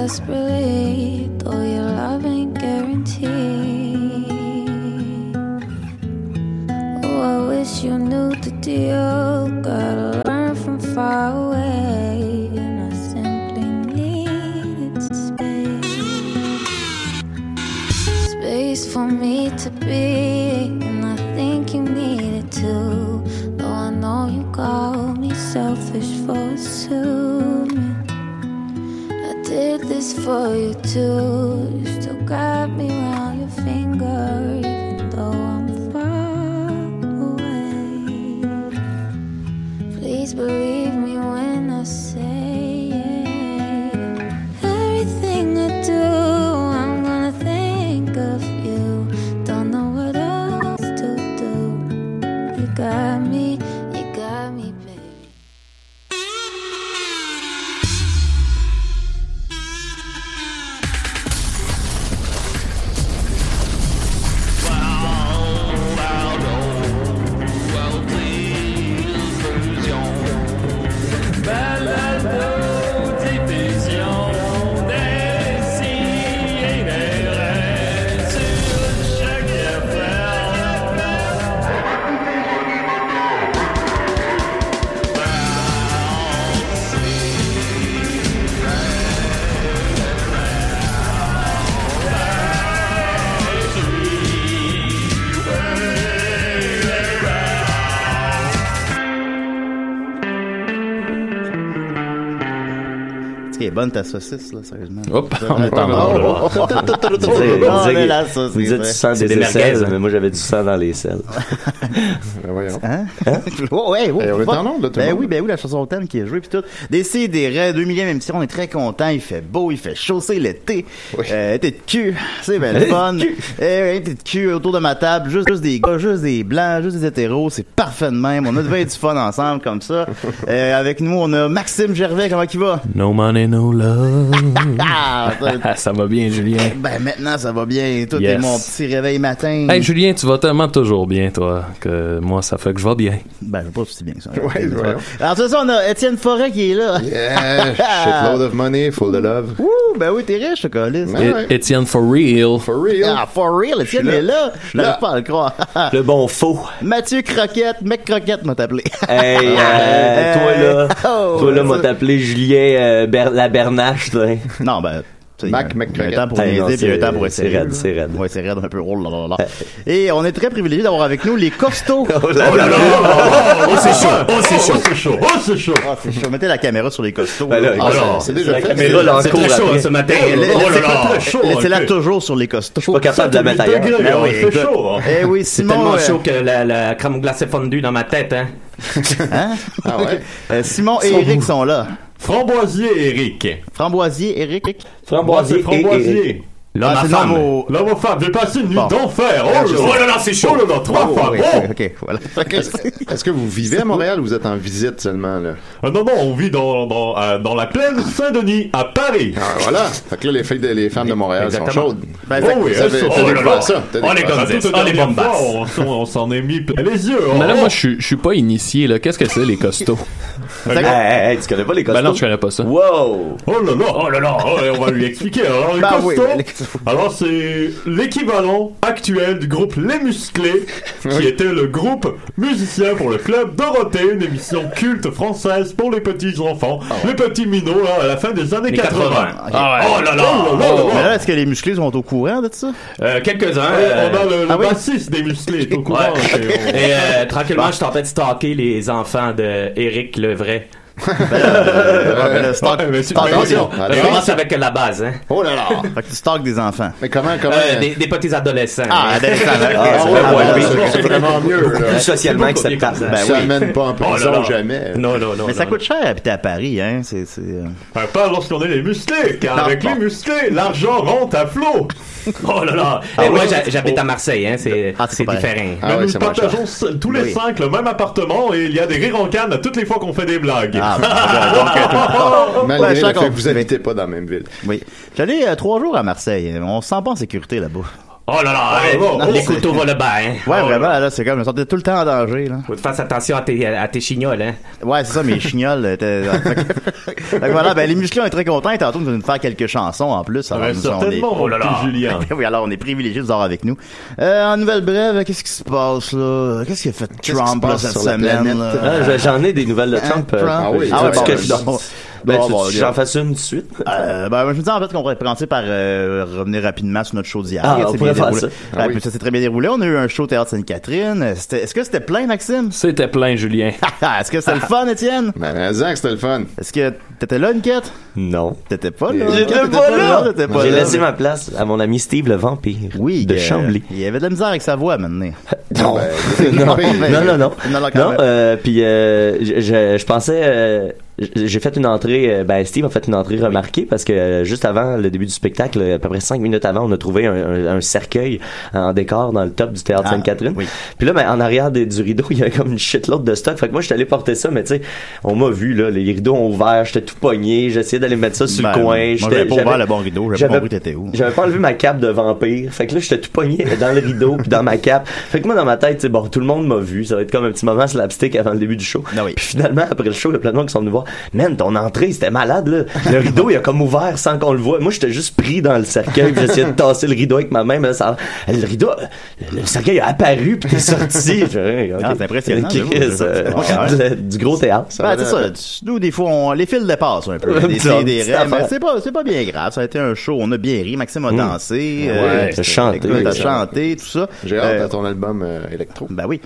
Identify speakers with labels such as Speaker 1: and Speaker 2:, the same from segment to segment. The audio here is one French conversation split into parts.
Speaker 1: desperately, though your love ain't guaranteed. Oh, I wish you knew the deal. Gotta learn from far away, and I simply needed space. Space for me to be, and I think you need it too. Though I know you call me selfish for assuming did this for you too. You still got me round your finger, even though I'm far away. Please believe me when I say yeah. everything I do, I'm gonna think of you. Don't know what else to do. You got me, you got me, baby.
Speaker 2: est bonne ta saucisse, là, sérieusement.
Speaker 3: Hop, Ah,
Speaker 2: Ça,
Speaker 3: on est en
Speaker 2: Oh,
Speaker 3: mode.
Speaker 2: oh, oh, oh, oh,
Speaker 4: Vous disiez- vous
Speaker 2: On
Speaker 4: disiez-
Speaker 2: est la saucisse.
Speaker 4: Vous disiez du sang
Speaker 3: C'est
Speaker 4: des
Speaker 3: des merguez,
Speaker 4: aisselles,
Speaker 3: hein.
Speaker 4: mais moi j'avais du sang dans les selles.
Speaker 3: Ben voyons.
Speaker 2: Hein? Oh, ouais, oh,
Speaker 3: Eh, on est en onde, là, tout le
Speaker 2: Ben
Speaker 3: monde.
Speaker 2: oui, ben oui, la chanson au thème qui est jouée, puis tout. Décide des raies, 2 millième émission, on est très content. Il fait beau, il fait chaud, c'est l'été.
Speaker 3: Oui.
Speaker 2: Euh, été de cul, c'est ben le fun. Eh, ouais, été de cul autour de ma table, juste, juste des gars, juste des blancs, juste des hétéros, c'est parfait de même. On a devait du fun ensemble, comme ça. Euh, avec nous, on a Maxime Gervais, comment il va?
Speaker 3: No money, no love.
Speaker 2: Ah! ça-
Speaker 3: ça va bien, Julien.
Speaker 2: Ben maintenant, ça va bien, tout
Speaker 3: Yes.
Speaker 2: est mon petit réveil matin.
Speaker 4: Ben,
Speaker 3: Hey, Julien, tu vas tellement toujours bien, toi, que moi, ça fait que je vais bien.
Speaker 2: Ben, je vais pas si bien que ça.
Speaker 3: Ouais, ouais.
Speaker 2: Alors, ce soir, on a Étienne Forêt qui est là. Euh,
Speaker 5: Yeah, shitload of money, full of love.
Speaker 2: Ouh, ben oui, t'es riche, ce colis.
Speaker 5: Ouais.
Speaker 3: Et- Étienne, for real.
Speaker 5: For real.
Speaker 2: Ah, for real, Étienne
Speaker 5: Je suis
Speaker 2: est là. Je
Speaker 5: là.
Speaker 2: n'arrive pas à le croire.
Speaker 4: Le bon faux.
Speaker 2: Mathieu Croquette, mec Croquette m'a appelé.
Speaker 4: Hey, euh,
Speaker 2: Hey.
Speaker 4: toi là,
Speaker 2: Ah, Oh,
Speaker 4: toi là,
Speaker 2: ça-
Speaker 4: m'a appelé Julien euh, Ber- la Bernache, toi. hein.
Speaker 2: non, ben. tu sais,
Speaker 5: Mac,
Speaker 2: il y a-
Speaker 5: mec
Speaker 2: il y a un
Speaker 5: Croquette.
Speaker 2: temps pour
Speaker 4: Hey,
Speaker 2: aider,
Speaker 4: non,
Speaker 2: puis il y a un
Speaker 4: c'est-
Speaker 2: temps pour essayer.
Speaker 4: c'est raide, c'est raide. Euh,
Speaker 2: Ouais, c'est raide un peu. Oh là là là. Et on est très privilégié d'avoir avec nous les costauds. oh là
Speaker 4: là là.
Speaker 3: Oh, c'est chaud! Oh, c'est chaud! c'est chaud!
Speaker 2: Ah, c'est chaud. Mettez la caméra sur les costauds.
Speaker 4: Ben là,
Speaker 2: Ah,
Speaker 4: écoute,
Speaker 3: non,
Speaker 5: c'est déjà
Speaker 4: la
Speaker 5: fait,
Speaker 4: caméra là en cours après.
Speaker 3: ce matin!
Speaker 2: hein, Laissez-la toujours sur les costauds.
Speaker 4: Pas capable de la mettre ailleurs.
Speaker 5: hein,
Speaker 2: Ben oui, écoute. Eh oui,
Speaker 6: C'est
Speaker 2: Simon.
Speaker 6: tellement
Speaker 2: euh,
Speaker 6: chaud que la, la crème glacée fondue dans ma tête, hein.
Speaker 2: Hein?
Speaker 5: Ah ouais?
Speaker 2: Euh, Simon et Eric sont là.
Speaker 7: Framboisier, Eric.
Speaker 2: Framboisier, Eric.
Speaker 4: Framboisier
Speaker 7: Moi, c'est
Speaker 4: et- et-
Speaker 7: Framboisier.
Speaker 2: Là, c'est le nom au-
Speaker 7: L'homme aux femmes, j'ai passé une nuit
Speaker 2: Bon.
Speaker 7: d'enfer. Oh,
Speaker 2: Regarde, je-
Speaker 7: là là là, c'est chaud. Oh là là, trois
Speaker 2: Oh,
Speaker 7: fois.
Speaker 2: oui,
Speaker 7: Oh.
Speaker 2: ok, voilà.
Speaker 5: Est-ce que vous vivez à Montréal ou vous êtes en visite seulement, là?
Speaker 7: Ah, non, non, on vit dans, dans, euh, dans la plaine Saint-Denis, à Paris.
Speaker 5: Ah, voilà. Fait que là, les, filles de- les femmes de Montréal sont
Speaker 6: Exactement.
Speaker 5: chaudes.
Speaker 2: Ben,
Speaker 7: Oh
Speaker 2: ça-
Speaker 7: oui,
Speaker 5: vous avez-
Speaker 7: elles sont-
Speaker 5: t'as
Speaker 7: oh là
Speaker 5: découvert
Speaker 7: là.
Speaker 5: ça, t'as Ah,
Speaker 7: On
Speaker 5: découvert
Speaker 7: est
Speaker 6: ça.
Speaker 7: comme
Speaker 6: Toute
Speaker 7: on les
Speaker 6: dernière
Speaker 7: bombasses.
Speaker 6: fois,
Speaker 7: On, s'en- on s'en est mis plein les yeux.
Speaker 3: Mais là,
Speaker 7: Oh.
Speaker 3: moi, je suis- je suis pas initié, là. Qu'est-ce que c'est, les costauds?
Speaker 4: Hey, hey, hey, tu connais pas les costauds?
Speaker 3: Ben non, je connais pas ça.
Speaker 4: Wow!
Speaker 7: Oh là là, oh là là, oh, et on va lui expliquer. Alors, les
Speaker 2: Bah oui,
Speaker 7: costauds,
Speaker 2: mais les costauds.
Speaker 7: alors c'est l'équivalent actuel du groupe Les Musclés, qui était le groupe musicien pour le club Dorothée, une émission culte française pour les petits enfants,
Speaker 2: Ah
Speaker 7: les petits minots là, à la fin des années 80.
Speaker 3: Ah ouais.
Speaker 7: Oh là là, oh là là,
Speaker 2: Mais là, est-ce que les musclés sont au courant de ça?
Speaker 6: Euh, Quelques-uns.
Speaker 7: Euh,
Speaker 6: euh,
Speaker 7: on a le, le
Speaker 2: ah oui.
Speaker 7: bassiste des Musclés, est au courant.
Speaker 6: Ouais.
Speaker 7: c'est- on-
Speaker 6: et euh, tranquillement, je tentais de stalker les enfants de Eric le vrai.
Speaker 2: Ben, Ah, ben là, stock-
Speaker 7: Ouais, mais c'est-
Speaker 2: stock-
Speaker 7: mais
Speaker 2: attention. Ben,
Speaker 7: non.
Speaker 6: Je
Speaker 7: Eric-
Speaker 6: commence avec la base, hein.
Speaker 5: Oh là là!
Speaker 2: Fait que tu stockes des enfants.
Speaker 5: Mais comment, comment?
Speaker 6: Euh, des, des petits adolescents.
Speaker 2: ben. Ah,
Speaker 8: ben,
Speaker 2: des enfants.
Speaker 4: Ah,
Speaker 2: ok.
Speaker 4: ouais,
Speaker 2: Ah,
Speaker 4: ouais,
Speaker 2: ben
Speaker 4: oui.
Speaker 2: là,
Speaker 5: c'est vraiment mieux, là.
Speaker 4: Plus socialement
Speaker 6: c'est beaucoup
Speaker 4: acceptable.
Speaker 6: mieux
Speaker 2: Ben
Speaker 5: Ça
Speaker 2: oui.
Speaker 5: amène pas en
Speaker 7: Oh là
Speaker 5: prison
Speaker 7: là.
Speaker 5: jamais.
Speaker 6: Non, non, non.
Speaker 2: Mais ça
Speaker 6: non.
Speaker 2: coûte cher habiter à Paris, hein. C'est, c'est, euh,
Speaker 7: Enfin, pas lorsqu'on est les musclés, car
Speaker 2: Non,
Speaker 7: avec
Speaker 2: bon.
Speaker 7: les musclés, l'argent rentre à flot.
Speaker 6: Oh là là. Et
Speaker 7: Ah
Speaker 6: moi,
Speaker 7: oui.
Speaker 6: j'ha- j'habite à Marseille, hein. C'est
Speaker 2: Ah, c'est
Speaker 6: c'est
Speaker 2: pas
Speaker 6: différent.
Speaker 5: Ah
Speaker 7: Mais
Speaker 5: ouais,
Speaker 7: nous
Speaker 5: c'est moins cher.
Speaker 7: partageons s- tous les
Speaker 2: Oui.
Speaker 7: cinq le même appartement et il y a des rires en canne à toutes les fois qu'on fait des blagues.
Speaker 2: Ah, ben, donc, euh,
Speaker 5: Malgré
Speaker 2: ouais,
Speaker 5: le
Speaker 2: chaque-
Speaker 5: fait que vous habitez pas dans la même ville.
Speaker 2: Oui. J'allais euh, trois jours à Marseille. On se sent pas en sécurité là-bas.
Speaker 6: Oh là là,
Speaker 2: Ouais,
Speaker 6: hey,
Speaker 2: bon,
Speaker 6: les
Speaker 2: c'est-
Speaker 6: couteaux vont le bain.
Speaker 2: Ouais,
Speaker 8: Oh,
Speaker 2: vraiment, là, c'est comme, ils sont tout le temps en danger, là.
Speaker 6: Ah Faut que tu fasses attention à tes, à tes chignoles, hein.
Speaker 2: Ouais, c'est ça, mes chignoles étaient. Fait que voilà, ben, les musclons est très contents. Et tantôt, nous allons nous faire quelques chansons en plus. Alors, nous, on est...
Speaker 7: certainement, mon petit Julien.
Speaker 2: Oui, alors, on est privilégiés de vous avoir avec nous. Euh, en nouvelle brève, qu'est-ce qui se passe, là? Qu'est-ce qui a fait
Speaker 5: qui se
Speaker 2: Trump, là,
Speaker 5: passe
Speaker 2: cette
Speaker 5: sur la
Speaker 2: semaine,
Speaker 5: planète?
Speaker 2: là?
Speaker 4: Ah, je- J'en ai des nouvelles de
Speaker 2: Hein,
Speaker 4: Trump.
Speaker 2: Trump?
Speaker 5: Ah oui.
Speaker 4: Ah
Speaker 5: Ah ouais,
Speaker 4: ouais,
Speaker 5: bon,
Speaker 4: je
Speaker 2: bon.
Speaker 4: Ben,
Speaker 2: Bon,
Speaker 4: tu-
Speaker 2: bon,
Speaker 4: tu-
Speaker 2: regarde.
Speaker 4: j'en fasse une de suite.
Speaker 2: Euh, ben, je me disais en fait qu'on pourrait commencer par euh, revenir rapidement sur notre show d'hier.
Speaker 4: Ah, on
Speaker 2: C'est
Speaker 4: pourrait
Speaker 2: bien
Speaker 4: faire
Speaker 2: déroulé.
Speaker 5: ça.
Speaker 2: Ouais,
Speaker 5: Ah oui.
Speaker 2: puis Ça s'est très bien déroulé. On a eu un show au Théâtre Sainte-Catherine. C'était- Est-ce que c'était plein, Maxime?
Speaker 3: C'était plein, Julien.
Speaker 2: Est-ce que c'était le fun, Étienne?
Speaker 5: Ben, ben, disons que c'était le fun.
Speaker 2: Est-ce que t'étais là, Niquette?
Speaker 4: Non.
Speaker 2: T'étais pas là.
Speaker 4: J'étais
Speaker 2: T'étais
Speaker 4: pas là.
Speaker 2: T'étais pas
Speaker 4: J'ai
Speaker 2: là.
Speaker 4: laissé ma place à mon ami Steve le vampire.
Speaker 2: Oui,
Speaker 4: De
Speaker 2: que-
Speaker 4: Chambly.
Speaker 2: Il y avait de la misère avec sa voix, maintenant.
Speaker 4: Non.
Speaker 2: ben,
Speaker 5: Non,
Speaker 4: non,
Speaker 5: mais-
Speaker 4: non, non, non.
Speaker 2: Non, non, quand
Speaker 4: Non,
Speaker 2: même.
Speaker 4: euh, puis euh, je, je- je pensais, euh, j- j'ai fait une entrée, euh, ben Steve a fait une entrée remarquée parce que euh, juste avant le début du spectacle, à peu près cinq minutes avant, on a trouvé un, un- un cercueil en décor dans le top du théâtre
Speaker 2: Ah,
Speaker 4: Sainte-Catherine.
Speaker 2: oui.
Speaker 4: Puis là, ben, en arrière des- du rideau, il y a comme une shitload de stock. Fait que moi, je suis allé porter ça, mais tu sais, on m'a vu, là, les rideaux ont ouvert, j'étais tout pogné, j'essayais d'aller mettre ça sur
Speaker 2: Ben,
Speaker 4: le coin.
Speaker 2: moi,
Speaker 4: j'étais-
Speaker 2: j'avais pas ouvert
Speaker 4: j'avais-
Speaker 2: le bon rideau, j'avais pas compris t'étais où.
Speaker 4: j'avais pas enlevé ma cape de vampire. Fait que là, j'étais tout pogné dans le rideau puis dans ma cape. Fait que moi, dans ma tête, c'est bon, tout le monde m'a vu. Ça va être comme un petit moment slapstick avant le début du show.
Speaker 2: Ah oui.
Speaker 4: Puis finalement, après le show, il y a plein de gens qui sont venus voir. Man, ton entrée, c'était malade, là. Le rideau, il a comme ouvert sans qu'on le voie. Moi, j'étais juste pris dans le cercueil. puis J'essayais de tasser le rideau avec ma main, mais là, ça, le rideau, le, le cercueil a apparu puis t'es sorti. Je- hey, ok.
Speaker 2: Ah, c'est impressionnant,
Speaker 4: Chris,
Speaker 2: j'avoue.
Speaker 4: euh,
Speaker 2: Ouais.
Speaker 4: de la- du gros théâtre.
Speaker 5: va
Speaker 2: Ben, c'est ça.
Speaker 5: là.
Speaker 2: tu- Nous, des fois, on, les fils dépassent un peu. hein, Des,
Speaker 4: Petite
Speaker 2: des, des
Speaker 4: affaire.
Speaker 2: rêves, mais c'est pas, c'est pas bien grave. Ça a été un show. On a bien ri. Maxime
Speaker 5: Hmm.
Speaker 2: a dansé. euh,
Speaker 4: Ouais, t'as chanté.
Speaker 2: écoute, T'as
Speaker 4: Oui.
Speaker 2: chanté, tout ça.
Speaker 5: J'ai hâte
Speaker 2: Euh,
Speaker 5: à ton album euh, électro.
Speaker 2: Ben oui.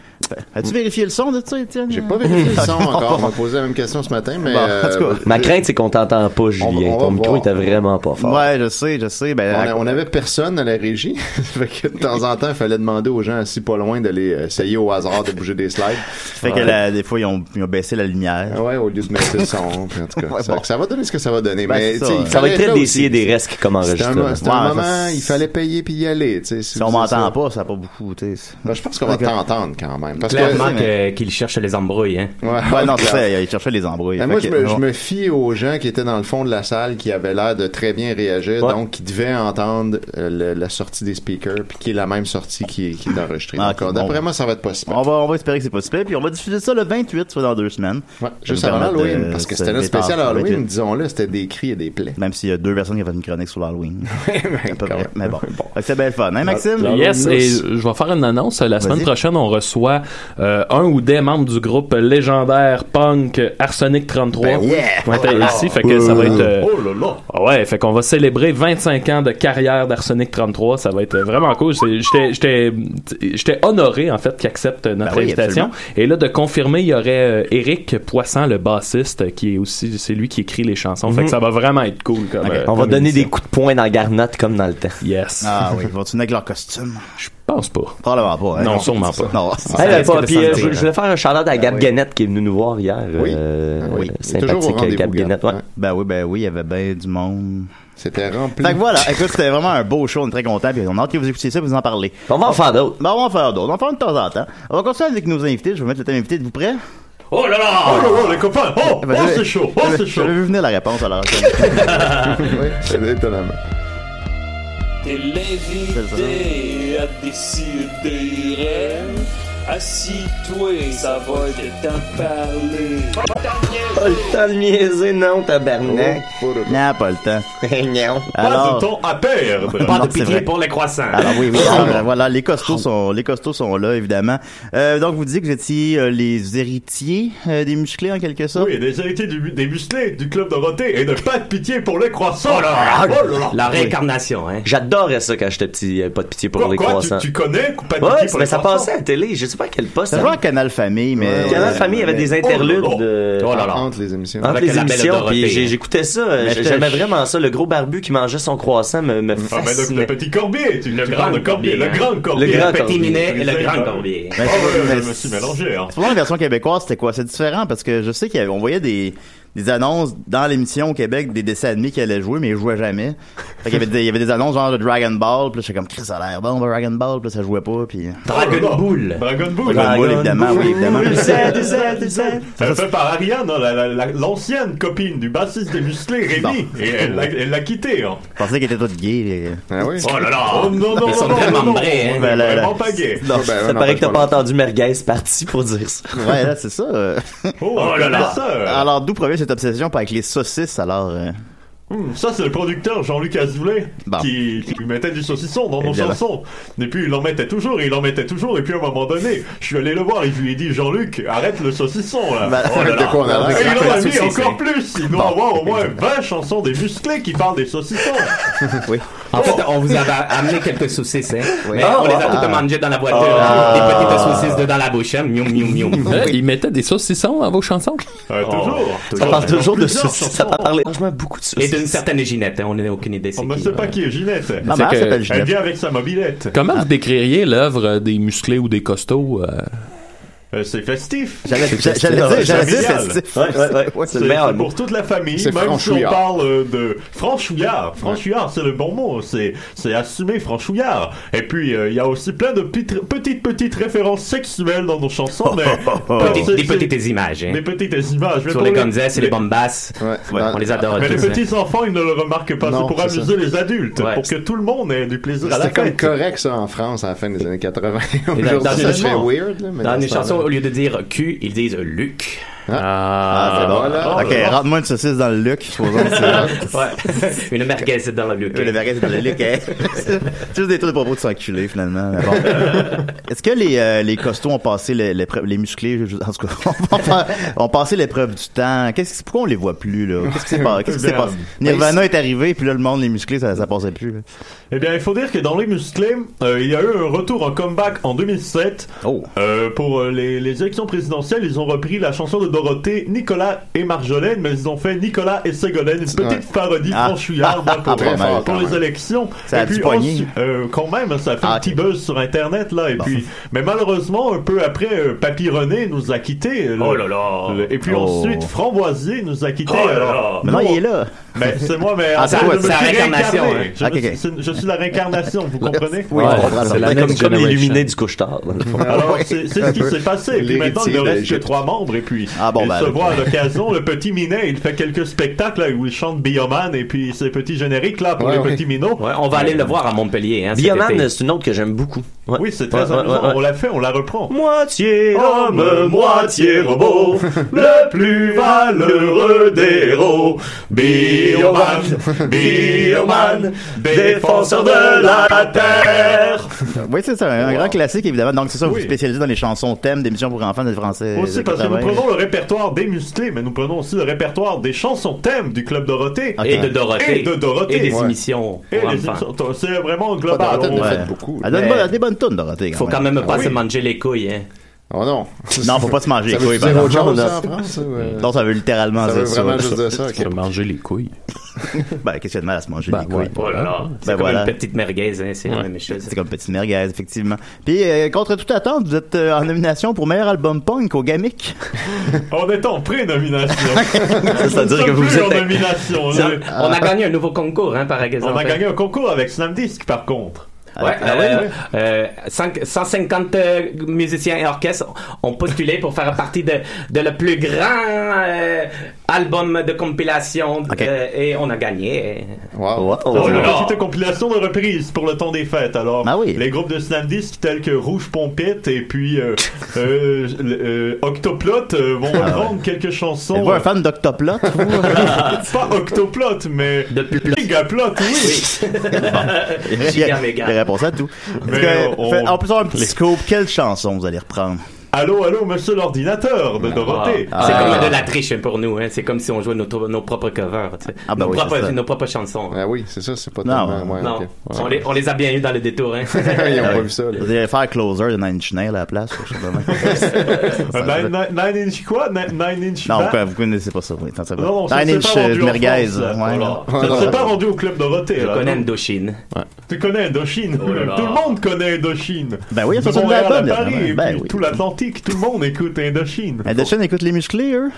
Speaker 2: As-tu vérifié le son de ça, Étienne?
Speaker 5: J'ai pas vérifié le son encore. On m'a posé la même question ce matin, mais.
Speaker 2: Bon, en
Speaker 5: euh,
Speaker 2: tout cas,
Speaker 4: Ma crainte, c'est qu'on t'entend pas, Julien.
Speaker 5: on va
Speaker 4: Ton micro
Speaker 5: voir.
Speaker 4: était vraiment pas fort.
Speaker 2: Ouais, je sais, je sais. Ben,
Speaker 5: on, a-
Speaker 2: à-
Speaker 5: on avait personne à la régie. fait que de temps en temps, il fallait demander aux gens assis pas loin d'aller euh, essayer au hasard de bouger des slides.
Speaker 2: fait que la- des fois, ils ont, ils ont baissé la lumière.
Speaker 5: Ouais, au lieu de mettre le son. puis en tout cas,
Speaker 2: Ouais,
Speaker 5: ça,
Speaker 2: bon.
Speaker 5: ça va donner ce que ça va donner.
Speaker 2: Ben,
Speaker 5: mais
Speaker 2: c'est
Speaker 5: tu sais,
Speaker 2: ça.
Speaker 5: il
Speaker 4: Ça va
Speaker 5: fallait
Speaker 4: être
Speaker 5: là
Speaker 4: très
Speaker 5: aussi.
Speaker 4: d'essayer des restes comme
Speaker 5: C'était un, mo-
Speaker 4: enregistrement.
Speaker 5: c'était un
Speaker 2: Ouais,
Speaker 5: moment,
Speaker 2: ça, c'est-
Speaker 5: il fallait payer puis y aller. tu sais, Si,
Speaker 2: Si
Speaker 5: vous
Speaker 2: on
Speaker 5: faisiez
Speaker 2: m'entend
Speaker 5: ça.
Speaker 2: pas, ça n'a pas beaucoup, tu sais.
Speaker 5: Ben, je pense qu'on va
Speaker 2: Ok.
Speaker 5: t'entendre quand même. Parce
Speaker 6: Clairement
Speaker 5: que,
Speaker 6: que- qu'il cherche les embrouilles, hein.
Speaker 5: Ouais,
Speaker 2: Ouais, non,
Speaker 5: clair.
Speaker 2: c'est ça, ils cherchaient les embrouilles.
Speaker 5: Ben,
Speaker 2: Fait
Speaker 5: moi,
Speaker 2: que-
Speaker 5: je me, je
Speaker 2: bon.
Speaker 5: me fie aux gens qui étaient dans le fond de la salle, qui avaient l'air de très bien réagir,
Speaker 4: Ouais.
Speaker 5: donc qui devaient entendre euh, le- la sortie des speakers, puis qui est la même sortie qui est, qui est enregistrée.
Speaker 2: Ah,
Speaker 5: Donc,
Speaker 2: ok,
Speaker 5: d'après
Speaker 2: bon.
Speaker 5: moi, ça va être possible.
Speaker 2: On va, on va espérer que c'est possible, puis on va diffuser ça le 28, soit dans deux semaines.
Speaker 5: Ouais,
Speaker 2: Ça
Speaker 5: juste
Speaker 2: nous
Speaker 5: avant
Speaker 2: permet de-
Speaker 5: Halloween, parce que
Speaker 2: se
Speaker 5: c'était notre spécial
Speaker 2: détendre le
Speaker 5: Halloween,
Speaker 2: 28.
Speaker 5: disons-le, c'était des cris et des plaies.
Speaker 2: Même s'il y a deux personnes qui ont fait une chronique sur l'Halloween. À peu
Speaker 5: quand
Speaker 2: près.
Speaker 5: même.
Speaker 2: Mais bon. Fait que C'est bien fun, hein, Maxime?
Speaker 3: Yes, et je vais faire une annonce. La semaine
Speaker 2: Vas-y.
Speaker 3: prochaine, on reçoit euh, un ou des membres du groupe légendaire punk Arsenic 33
Speaker 2: Ben, yeah!
Speaker 3: qui vont être ici. Fait que ça va être. euh,
Speaker 7: Oh là là.
Speaker 3: Ouais, fait qu'on va célébrer 25 ans de carrière d'Arsenic 33. Ça va être vraiment cool. C'est- J'étais, j'étais, j'étais honoré, en fait, qu'ils acceptent notre
Speaker 2: Ben oui,
Speaker 3: invitation. Et là, de confirmer, il y aurait euh, Eric Poisson, le bassiste, qui est aussi, c'est lui qui écrit les chansons. Fait que ça va vraiment être cool. Comme, euh,
Speaker 4: Mhm. On va
Speaker 3: comme
Speaker 4: donner des
Speaker 3: émission.
Speaker 4: coups de poing dans la garnotte comme dans le temps.
Speaker 3: Yes.
Speaker 2: Ah oui, ils vont-tu venir avec leur costume?
Speaker 3: Je pense pas.
Speaker 2: Probablement pas, hein.
Speaker 3: Non, sûrement
Speaker 2: c'est
Speaker 3: pas. Ah,
Speaker 2: ça. Non.
Speaker 4: Hey,
Speaker 6: risque
Speaker 4: euh, pas-
Speaker 6: de
Speaker 4: puis, euh,
Speaker 6: sentir,
Speaker 4: je,
Speaker 6: hein.
Speaker 4: je voulais faire un shout-out à Gab
Speaker 2: oui.
Speaker 4: Guénette qui est venu nous voir hier.
Speaker 5: Oui.
Speaker 4: euh,
Speaker 5: Ah oui. C'est toujours au
Speaker 4: Sympathique euh,
Speaker 5: rendez-vous,
Speaker 4: Gab
Speaker 5: Gab.
Speaker 4: Guénette. ouais.
Speaker 5: Ouais.
Speaker 2: Ben oui, ben oui, il y avait bien du monde.
Speaker 5: C'était rempli.
Speaker 2: Fait que voilà, écoute, c'était vraiment un beau show, on est très contents, puis on a hâte que vous écoutiez ça et vous en parlez.
Speaker 4: On va en faire d'autres.
Speaker 2: Ben, on va en faire d'autres, on va en faire de temps en temps. On va continuer avec nos invités, je vais mettre le thème invité, êtes-vous prêts? Eh ben,
Speaker 7: Oh là là. Oh là là, les copains. Oh, oh, c'est chaud. Oh, c'est chaud.
Speaker 2: Je vu venir la réponse, alors.
Speaker 5: Oui, c'était étonnamment.
Speaker 9: T'es l'invité à décider. Assis-toi, ça va de t'en parler.
Speaker 4: Pas le temps de niaiser, non, tabarnak.
Speaker 2: Oh, non, pas le temps.
Speaker 4: non.
Speaker 7: Pas
Speaker 2: Alors,
Speaker 7: de temps à perdre.
Speaker 6: Pas
Speaker 2: Non,
Speaker 6: de
Speaker 2: c'est
Speaker 6: pitié
Speaker 2: vrai.
Speaker 6: pour les croissants.
Speaker 2: Alors Ah, bah oui, oui, c'est vrai. voilà, les
Speaker 4: Oh.
Speaker 2: costauds sont, les costauds sont là, évidemment. Euh, donc vous disiez que vous étiez euh, les héritiers euh, des musclés en quelque sorte.
Speaker 7: Oui, des héritiers du- des musclés du club Dorothée et de pas de pitié pour les croissants. Oh là là.
Speaker 6: La réincarnation, hein.
Speaker 4: Ah, J'adorais ça quand j'étais petit. euh, Pas de pitié pour
Speaker 7: Quoi,
Speaker 4: les
Speaker 7: quoi,
Speaker 4: croissants.
Speaker 7: tu, tu connais ou pas de
Speaker 4: Ouais,
Speaker 7: pitié pour
Speaker 4: mais
Speaker 7: les
Speaker 4: ça
Speaker 7: croissants?
Speaker 4: passait à la télé. Je sais pas à quel poste.
Speaker 2: C'est
Speaker 4: ça-
Speaker 2: toujours un canal famille, mais.
Speaker 4: Quand la
Speaker 2: euh,
Speaker 4: famille avait des interludes.
Speaker 7: oh, oh.
Speaker 4: de-
Speaker 6: Oh là là.
Speaker 5: Entre les émissions.
Speaker 4: Entre
Speaker 6: Avec
Speaker 4: les
Speaker 6: la belle
Speaker 4: émissions,
Speaker 6: Dorothée.
Speaker 4: puis j'ai- j'écoutais ça, euh,
Speaker 2: Mais
Speaker 4: j'aimais
Speaker 2: je-
Speaker 4: vraiment ça. Le gros barbu qui mangeait son croissant me, me
Speaker 7: Ah, mais le,
Speaker 4: fascinait.
Speaker 7: le petit corbier, tu, le tu
Speaker 6: grand
Speaker 7: parles de corbier,
Speaker 6: corbier,
Speaker 7: le
Speaker 6: hein.
Speaker 7: grand corbier.
Speaker 4: grand
Speaker 6: Le petit
Speaker 4: corbier.
Speaker 6: minet et le
Speaker 7: Exactement.
Speaker 6: grand corbier.
Speaker 2: Ben,
Speaker 7: Oh, ouais, Oh, je me suis mélangé, hein.
Speaker 2: Souvent, la version québécoise, c'était quoi? C'est différent parce que je sais qu'on voyait des, des annonces dans l'émission au Québec des dessins animés qu'il allait jouer, mais il jouait jamais. Fait qu'il y avait des, il y avait des annonces genre de Dragon Ball, puis là, j'étais comme, Chris, ça a l'air bon, Dragon Ball, puis là, ça jouait pas, puis...
Speaker 4: Dragon Ball.
Speaker 7: Dragon Ball.
Speaker 2: Dragon Ball, évidemment, oui, évidemment.
Speaker 4: Z, Z, Z.
Speaker 7: Ça fait par Ariane, hein, la- la- la- l'ancienne copine du bassiste des musclés, Rémi. Et elle l'a- elle l'a quitté. Hein.
Speaker 2: Je pensais qu'ils étaient tous gays, les-
Speaker 5: Ah oui?
Speaker 7: Oh là là. Oh non, non,
Speaker 6: Ils
Speaker 7: non,
Speaker 6: sont
Speaker 7: non,
Speaker 6: tellement
Speaker 7: non, non.
Speaker 6: vrais, hein.
Speaker 7: Ouais,
Speaker 2: Ben là,
Speaker 7: vraiment
Speaker 2: là.
Speaker 7: pas gay.
Speaker 5: Non, ben,
Speaker 4: Ça
Speaker 5: non,
Speaker 4: paraît que t'as
Speaker 5: je
Speaker 4: pas
Speaker 5: parle.
Speaker 4: entendu Merguez parti pour dire ça.
Speaker 2: Ouais, là, c'est ça. euh.
Speaker 7: Oh, là là. Ça,
Speaker 2: Alors, d'où provient cette obsession avec les saucisses, alors? euh?
Speaker 7: Hum, ça, c'est le producteur Jean-Luc Azoulay
Speaker 2: Bon.
Speaker 7: qui, qui mettait du saucisson dans nos
Speaker 2: Évidemment.
Speaker 7: chansons. Et puis il en mettait toujours, et il en mettait toujours. Et puis à un moment donné, je suis allé le voir et je lui ai dit Jean-Luc, arrête le saucisson là.
Speaker 6: Bah,
Speaker 2: Ben,
Speaker 7: Oh là
Speaker 5: Bah, de
Speaker 7: là.
Speaker 5: quoi on a
Speaker 7: Et
Speaker 5: l'air?
Speaker 7: il en a mis
Speaker 6: Saucisson.
Speaker 7: encore
Speaker 5: hein.
Speaker 7: plus. Il doit avoir au moins 20 chansons des musclés qui parlent des saucissons.
Speaker 6: En fait, on vous avait amené quelques saucisses, hein. Mais
Speaker 4: Ah,
Speaker 6: on les a
Speaker 4: ah,
Speaker 6: toutes
Speaker 4: ah.
Speaker 6: mangées dans la voiture.
Speaker 2: Ah.
Speaker 6: Des petites saucisses dedans la bouche, hein. Mium, mium, mium.
Speaker 3: Euh, Ils mettaient des saucissons à vos chansons?
Speaker 7: Euh, toujours.
Speaker 4: Ça parle
Speaker 7: Dans
Speaker 4: toujours de
Speaker 7: plusieurs
Speaker 4: saucisses. Ça
Speaker 7: chansons.
Speaker 4: parle franchement beaucoup de
Speaker 6: Et
Speaker 4: saucisses.
Speaker 6: d'une certaine Ginette, hein. On n'a aucune idée. c'est
Speaker 7: On ne
Speaker 6: qui. euh,
Speaker 7: sait Oh, pas qui est Ginette.
Speaker 2: Ma
Speaker 3: C'est
Speaker 2: mère
Speaker 3: que-
Speaker 2: s'appelle
Speaker 7: Elle
Speaker 2: Ginette.
Speaker 7: vient avec sa mobilette.
Speaker 3: Comment vous décririez l'œuvre euh, des musclés ou des costauds? euh?
Speaker 7: Euh, c'est festif.
Speaker 2: J'allais j'allais- j'allais dire, j'allais dire,
Speaker 7: familial.
Speaker 2: festif.
Speaker 4: Ouais, ouais, ouais. C'est
Speaker 2: Ouais,
Speaker 7: C'est
Speaker 4: le
Speaker 7: c'est
Speaker 4: meilleur mot.
Speaker 7: pour toute la famille,
Speaker 5: C'est
Speaker 7: même si on
Speaker 5: franchouillard.
Speaker 7: parle euh, de franchouillard. Franchouillard, c'est le bon mot, c'est c'est assumer franchouillard. Et puis, euh, il y a aussi plein de petites, petites, petites références sexuelles dans nos chansons. Mais,
Speaker 6: Petites-
Speaker 7: C'est-
Speaker 6: Des
Speaker 7: c'est-
Speaker 6: petites images, hein.
Speaker 7: des petites images. mais
Speaker 6: Sur
Speaker 7: pour
Speaker 6: les gonzesses et les
Speaker 7: mais-
Speaker 6: bombasses.
Speaker 5: Ouais.
Speaker 6: On les adore.
Speaker 7: Mais les
Speaker 6: tous, hein.
Speaker 7: petits enfants, ils ne le remarquent pas.
Speaker 5: Non,
Speaker 7: C'est pour
Speaker 5: c'est
Speaker 7: amuser les adultes,
Speaker 6: Ouais.
Speaker 7: pour que tout le monde ait du plaisir à la
Speaker 5: C'était comme
Speaker 7: fête.
Speaker 5: correct ça en France à la fin des années 80. Aujourd'hui,
Speaker 6: dans
Speaker 5: ça
Speaker 6: le
Speaker 5: serait
Speaker 6: monde.
Speaker 5: weird. Là, mais
Speaker 6: Dans
Speaker 5: ce
Speaker 6: les
Speaker 5: temps-là-
Speaker 6: chansons, au lieu de dire cul, ils disent Luc.
Speaker 2: Ah, c'est bon.
Speaker 5: voilà.
Speaker 2: ok, rentre-moi une saucisse dans le Luc, supposons que c'est-
Speaker 6: Ouais. Une merguez c'est dans le Luc.
Speaker 2: Le verre, c'est dans le Luc, hein. C'est juste des trucs de propos de s'enculer, finalement. mais bon. Est-ce que les, euh, les costauds ont passé le- l'épreuve, les musclés, je- je- en tout cas, ont pas- ont passé l'épreuve du temps? Qu'est-ce qui- pourquoi on les voit plus, là? Qu'est-ce qui s'est pas- qu'est-ce qui s'est passé? Nirvana est arrivé, puis là, le monde, les musclés, ça, ça passait plus, là.
Speaker 7: Eh bien, il faut dire que dans les musclés, euh, il y a eu un retour en comeback en 2007.
Speaker 2: Oh.
Speaker 7: Euh, pour euh, les, les élections présidentielles, ils ont repris la chanson de Dorothée, Nicolas et Marjolaine, mais ils ont fait Nicolas et Ségolène, une petite
Speaker 5: Ouais.
Speaker 7: parodie
Speaker 2: Ah.
Speaker 7: franchouillarde hein, pour,
Speaker 2: Ah, pas
Speaker 5: mal,
Speaker 7: pour
Speaker 5: pas
Speaker 7: les
Speaker 5: mal.
Speaker 7: élections.
Speaker 2: Ça
Speaker 7: et
Speaker 2: a du
Speaker 7: puis,
Speaker 2: poignet.
Speaker 7: ensuite, euh, quand même, ça a fait
Speaker 2: Ah,
Speaker 7: un petit
Speaker 2: ok.
Speaker 7: buzz sur Internet, là. Et puis, mais malheureusement, un peu après, euh, Papy René nous a quittés. euh,
Speaker 6: Oh
Speaker 7: le-
Speaker 6: là là.
Speaker 7: le- Et puis
Speaker 2: Oh.
Speaker 7: ensuite, Framboisier nous a quittés.
Speaker 6: Oh là
Speaker 7: alors,
Speaker 2: Maintenant,
Speaker 7: non,
Speaker 2: il est là.
Speaker 7: mais c'est moi, mais
Speaker 2: Ah,
Speaker 7: en
Speaker 2: c'est
Speaker 7: fait,
Speaker 2: quoi,
Speaker 7: je me
Speaker 6: c'est la
Speaker 7: suis
Speaker 6: réincarnation,
Speaker 7: réincarné.
Speaker 6: hein.
Speaker 7: Je,
Speaker 2: Ok,
Speaker 7: me
Speaker 2: ok.
Speaker 7: suis- je suis la réincarnation, vous comprenez
Speaker 2: Oui, on
Speaker 5: Ah,
Speaker 2: comprend,
Speaker 3: c'est
Speaker 2: ça.
Speaker 3: la
Speaker 4: Comme,
Speaker 3: next
Speaker 4: comme l'illuminé
Speaker 3: generation.
Speaker 4: du couche-tard. dans le fond.
Speaker 7: Alors, Ah, c'est c'est ce qui s'est passé. Et puis maintenant, il ne
Speaker 5: L'héritier
Speaker 7: reste que
Speaker 5: d'Égypte.
Speaker 7: trois membres. Et puis,
Speaker 2: Ah bon,
Speaker 7: il
Speaker 2: ben,
Speaker 7: se
Speaker 2: le-
Speaker 7: voit à l'occasion. Le petit Minet, il fait quelques spectacles là, où il chante Bioman et puis ses petits génériques là pour
Speaker 5: Ouais,
Speaker 7: les
Speaker 5: ouais.
Speaker 7: petits minots.
Speaker 6: Ouais, on va aller le voir à Montpellier. Hein, cet été.
Speaker 4: Bioman, c'est une autre que j'aime beaucoup. Ouais.
Speaker 7: Oui, c'est très
Speaker 4: Ouais, ouais,
Speaker 7: amusant.
Speaker 4: ouais, ouais.
Speaker 7: On l'a fait, on la reprend.
Speaker 4: Moitié
Speaker 7: Homme, moitié robot, le plus valeureux des héros. Bioman, Bioman, défenseur de la terre.
Speaker 2: Oui, c'est ça, un grand classique, évidemment. Donc, c'est ça, vous
Speaker 7: Oui.
Speaker 2: vous spécialisez dans les chansons thèmes d'émissions pour enfants des Français.
Speaker 7: Aussi
Speaker 2: des
Speaker 7: parce que nous
Speaker 2: 80.
Speaker 7: prenons le répertoire des musclés, mais nous prenons aussi le répertoire des chansons thèmes du Club Dorothée.
Speaker 2: Ok.
Speaker 6: Et de Dorothée.
Speaker 7: Et de Dorothée.
Speaker 6: Et des
Speaker 7: Ouais.
Speaker 6: émissions
Speaker 7: Et
Speaker 6: pour
Speaker 7: les
Speaker 6: enfants.
Speaker 7: émissions, toi, c'est vraiment
Speaker 5: Pas
Speaker 7: global.
Speaker 5: Dorothée,
Speaker 7: On-
Speaker 5: on en
Speaker 2: Ouais. Ah,
Speaker 5: fait beaucoup. Ah
Speaker 2: Elle donne
Speaker 6: Mais-
Speaker 2: bonne- des bonnes tunes, Dorothée.
Speaker 6: Faut
Speaker 2: même.
Speaker 6: quand même pas
Speaker 7: oui.
Speaker 6: se manger les couilles. Hein.
Speaker 5: Oh non.
Speaker 2: Non, faut pas se manger
Speaker 5: Ça
Speaker 2: les
Speaker 5: veut
Speaker 2: couilles.
Speaker 4: ben
Speaker 5: dire
Speaker 2: par
Speaker 5: autre
Speaker 2: exemple.
Speaker 5: chose ça, en France? ou, euh,
Speaker 2: Non, ça veut littéralement
Speaker 5: Ça
Speaker 2: dire
Speaker 5: veut vraiment
Speaker 2: ça.
Speaker 5: juste dire ça. ok.
Speaker 3: Se manger les couilles.
Speaker 2: Ben, qu'est-ce qu'il y a de mal à se manger
Speaker 3: Ben,
Speaker 2: les couilles?
Speaker 3: ouais.
Speaker 6: Oh là là. C'est
Speaker 2: Ben
Speaker 6: comme
Speaker 2: voilà.
Speaker 6: une petite merguez. Hein, c'est la même chose.
Speaker 2: C'est comme petite merguez, effectivement. Puis, euh, contre toute attente, vous êtes euh, en nomination pour meilleur album punk au Gamic.
Speaker 7: On est en pré-nomination.
Speaker 4: C'est-à-dire que
Speaker 7: Nous sommes
Speaker 4: vous
Speaker 7: plus en
Speaker 4: êtes.
Speaker 7: nomination.
Speaker 6: Ça,
Speaker 7: là.
Speaker 6: on a gagné un nouveau concours, hein, par exemple.
Speaker 7: On a gagné un concours avec Slamdisk, par contre.
Speaker 6: Ouais,
Speaker 2: Ah
Speaker 6: euh, euh, cinq- 150 euh, musiciens et orchestres ont postulé pour faire partie de, de le plus grand euh, album de compilation
Speaker 2: Ok.
Speaker 6: euh, et on a gagné.
Speaker 5: Wow.
Speaker 7: C'est
Speaker 4: Oh
Speaker 7: une
Speaker 4: là là.
Speaker 7: petite compilation de reprises pour le temps des fêtes. Alors,
Speaker 2: Ah oui.
Speaker 7: les groupes de Slamdisk tels que Rouge Pompette et puis euh, euh, le- euh, Octoplot euh,
Speaker 2: Ah
Speaker 7: vont prendre quelques chansons. euh.
Speaker 2: Êtes-vous un fan d'Octoplot? vous?
Speaker 7: Pas Octoplot, mais
Speaker 6: De plus plus.
Speaker 7: Gigaplot, oui.
Speaker 2: Il y a il y a
Speaker 6: méga.
Speaker 2: réponse à tout. Est-ce
Speaker 7: Mais
Speaker 2: que-
Speaker 7: on-
Speaker 2: fait- en plus, on a un petit scoop. Quelle chanson vous allez reprendre?
Speaker 7: Allô, allô, monsieur l'ordinateur de Dorothée.
Speaker 6: Ah, c'est comme de la triche hein, pour nous, hein. c'est comme si on jouait nos, to- nos propres covers, tu sais.
Speaker 2: Ah, ben
Speaker 5: bah
Speaker 6: nos,
Speaker 2: oui, c'est ça.
Speaker 6: propres, nos propres chansons. hein.
Speaker 5: Ah oui, c'est ça, c'est pas
Speaker 2: Non,
Speaker 5: tellement... ouais,
Speaker 6: non,
Speaker 5: ok.
Speaker 6: on, les, on les a bien eu dans le détour. Hein.
Speaker 5: Ils ont
Speaker 2: Ah
Speaker 5: pas
Speaker 2: oui.
Speaker 5: vu ça, là.
Speaker 2: Vous allez faire Closer de Nine Inch Nails à la place. je sais pas comment.
Speaker 7: Euh, Nine, nine- nine Inch quoi? Nine, nine Inch
Speaker 2: Non,
Speaker 7: Back?
Speaker 2: vous, vous connaissez pas ça. Oui, tant ça va.
Speaker 7: Non, non, ça
Speaker 2: Nine
Speaker 7: s'est
Speaker 2: Inch
Speaker 7: pas
Speaker 2: euh,
Speaker 7: rendu en
Speaker 2: merguez.
Speaker 7: France, là.
Speaker 2: ouais.
Speaker 7: Voilà. Ça s'est pas rendu au club Dorothée.
Speaker 6: Je
Speaker 7: là,
Speaker 6: connais
Speaker 7: non.
Speaker 6: Indochine.
Speaker 7: Tu connais Indochine.
Speaker 6: Oh là là.
Speaker 7: Tout le monde connaît Indochine.
Speaker 2: Ben oui, ils
Speaker 7: de
Speaker 2: sont sur
Speaker 7: Montréal
Speaker 2: l'album,
Speaker 7: à Paris,
Speaker 2: dernièrement.
Speaker 7: et
Speaker 2: Ben
Speaker 7: puis
Speaker 2: oui.
Speaker 7: tout l'Atlantique, tout le monde écoute Indochine.
Speaker 2: Indochine écoute les musclés, eux.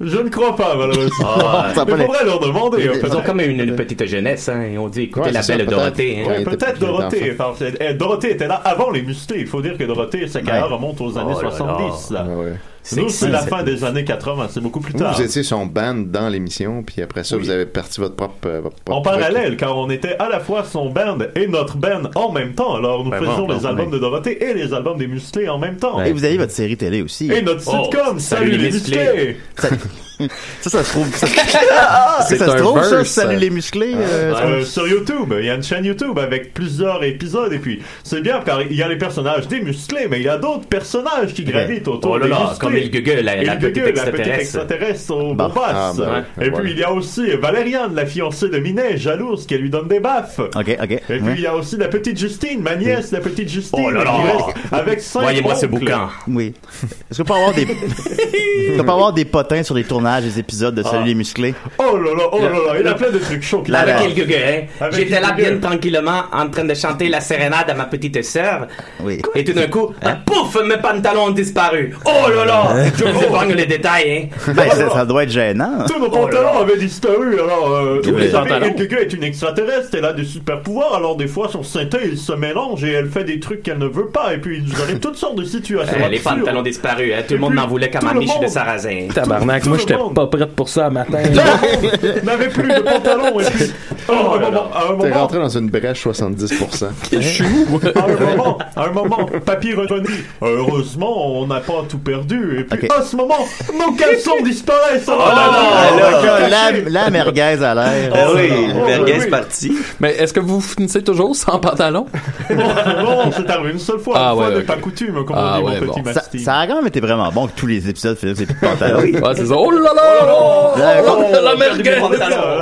Speaker 7: Je ne crois pas, malheureusement.
Speaker 2: Ah, ça
Speaker 7: Mais
Speaker 2: peut
Speaker 7: pour vrai leur demander. hein, en fait.
Speaker 6: Ils ont comme une, une petite jeunesse, hein, et on dit écoutez
Speaker 5: Ouais,
Speaker 6: la
Speaker 5: c'est
Speaker 6: belle
Speaker 5: ça,
Speaker 6: Dorothée.
Speaker 5: peut-être.
Speaker 6: hein.
Speaker 7: Ouais,
Speaker 5: Ouais,
Speaker 7: peut-être
Speaker 5: t'es plus
Speaker 7: Dorothée. Enfin, c'est- eh, Dorothée était là avant les musclés. Il faut dire que Dorothée, sa carrière
Speaker 2: Ouais.
Speaker 7: remonte aux années
Speaker 4: Oh là
Speaker 7: 70. là.
Speaker 5: Ah ouais.
Speaker 7: Nous, c'est la
Speaker 6: c'est-
Speaker 7: fin des années 80. C'est beaucoup plus
Speaker 5: Vous,
Speaker 7: tard.
Speaker 5: vous étiez son band dans l'émission, puis après ça, vous avez parti votre propre. euh, votre
Speaker 7: En
Speaker 5: propre
Speaker 7: parallèle, car on était à la fois son band et notre band en même temps. Alors, nous
Speaker 5: Ben
Speaker 7: faisions
Speaker 5: bon,
Speaker 7: les
Speaker 5: ben,
Speaker 7: albums
Speaker 5: ben.
Speaker 7: de Dorothée et les albums des musclés en même temps.
Speaker 2: Et vous avez votre série télé aussi.
Speaker 7: Et Eh, notre
Speaker 6: Oh,
Speaker 7: sitcom,
Speaker 6: salut
Speaker 7: Salut
Speaker 6: les
Speaker 7: les musclés!
Speaker 2: Ça, ça se trouve. Ça, Ah, ça se
Speaker 3: un
Speaker 2: trouve, ça,
Speaker 3: verse.
Speaker 2: Salut les musclés. euh, ça-
Speaker 7: Euh, sur YouTube, il y a une chaîne YouTube avec plusieurs épisodes et puis c'est bien car il y a les personnages des musclés mais il y a d'autres personnages qui gravitent autour
Speaker 6: Oh là
Speaker 7: des
Speaker 6: là,
Speaker 7: musclés.
Speaker 6: comme il gueule, la,
Speaker 7: Et
Speaker 6: la
Speaker 7: le
Speaker 6: petite
Speaker 7: gueule, la petite
Speaker 6: extraterrestre.
Speaker 7: extraterrestre au
Speaker 2: Bah,
Speaker 7: Bombas.
Speaker 5: ah, bah, ouais,
Speaker 7: Et
Speaker 5: voilà.
Speaker 7: puis il y a aussi Valériane, la fiancée de Minet, jalouse, qui lui donne des baffes.
Speaker 2: Ok, ok.
Speaker 7: Et puis
Speaker 2: Ouais.
Speaker 7: il y a aussi la petite Justine, ma nièce, la petite Justine,
Speaker 6: Oh là là.
Speaker 7: qui reste avec cinq
Speaker 6: Voyez-moi ce
Speaker 7: oncles.
Speaker 6: bouquin.
Speaker 2: Oui. Est-ce qu'on peut avoir des. Est-ce qu'on peut avoir des potins sur les tournages des épisodes de Salut les musclés?
Speaker 7: Oh là là, oh là là, il y a plein de trucs chauds qui
Speaker 2: La-
Speaker 7: arrivent.
Speaker 2: Alors.
Speaker 6: Avec El Gueule, hein.
Speaker 7: Avec
Speaker 6: J'étais
Speaker 7: El
Speaker 6: là
Speaker 7: Gueule.
Speaker 6: bien tranquillement en train de chanter la sérénade à ma petite sœur.
Speaker 2: Oui. Hein?
Speaker 6: Et tout d'un coup, pouf, mes pantalons ont disparu. Oh là là, je vous épargne les détails. Hein.
Speaker 2: Ben, ça, ça doit être gênant.
Speaker 7: Tous nos pantalons avaient disparu, alors euh,
Speaker 3: Tous
Speaker 7: vous
Speaker 3: les
Speaker 7: savez,
Speaker 3: pantalons.
Speaker 7: Elke est une extraterrestre, elle a des super pouvoirs, alors des fois son synthé il se mélange et elle fait des trucs qu'elle ne veut pas, et puis il nous arrive toutes sortes de situations.
Speaker 6: Euh, les
Speaker 7: absurdes.
Speaker 6: pantalons disparus, hein. tout le
Speaker 7: Et
Speaker 6: monde
Speaker 7: puis,
Speaker 6: n'en voulait qu'à
Speaker 7: tout
Speaker 6: ma
Speaker 7: le
Speaker 6: miche de
Speaker 7: monde.
Speaker 6: sarrasin.
Speaker 3: Tabarnak,
Speaker 7: Tout
Speaker 3: moi
Speaker 7: le
Speaker 3: j'étais
Speaker 7: monde.
Speaker 3: pas prête pour ça à matin.
Speaker 7: n'avait plus de pantalons, Oh, et puis oh, à un moment, à un
Speaker 5: T'es
Speaker 7: moment,
Speaker 5: rentré dans une brèche 70%.
Speaker 3: Je suis où, moi?
Speaker 7: à un moment, à un moment, papy revenait. Heureusement, on n'a pas tout perdu, et puis
Speaker 2: Ok.
Speaker 7: à ce moment, nos caleçons disparaissent. Oh
Speaker 2: Ah,
Speaker 7: là
Speaker 2: là, là, la, la merguez à l'air.
Speaker 4: Ben oui,
Speaker 7: Oh,
Speaker 4: Berguez
Speaker 7: oui.
Speaker 4: parti.
Speaker 3: Mais est-ce que vous finissez toujours sans pantalon?
Speaker 7: Non, c'est arrivé une seule fois,
Speaker 3: Ah,
Speaker 7: une fois
Speaker 3: ouais,
Speaker 7: n'est
Speaker 3: ok.
Speaker 7: pas coutume, comme
Speaker 3: Ah,
Speaker 7: on dit,
Speaker 3: ouais,
Speaker 7: mon petit
Speaker 2: Ça,
Speaker 7: mastic.
Speaker 2: ça a quand même été vraiment bon que tous les épisodes faisaient des pantalons.
Speaker 3: Ouais, c'est ça. Oh là là! là là!
Speaker 2: Là,
Speaker 3: Oh, la merguez!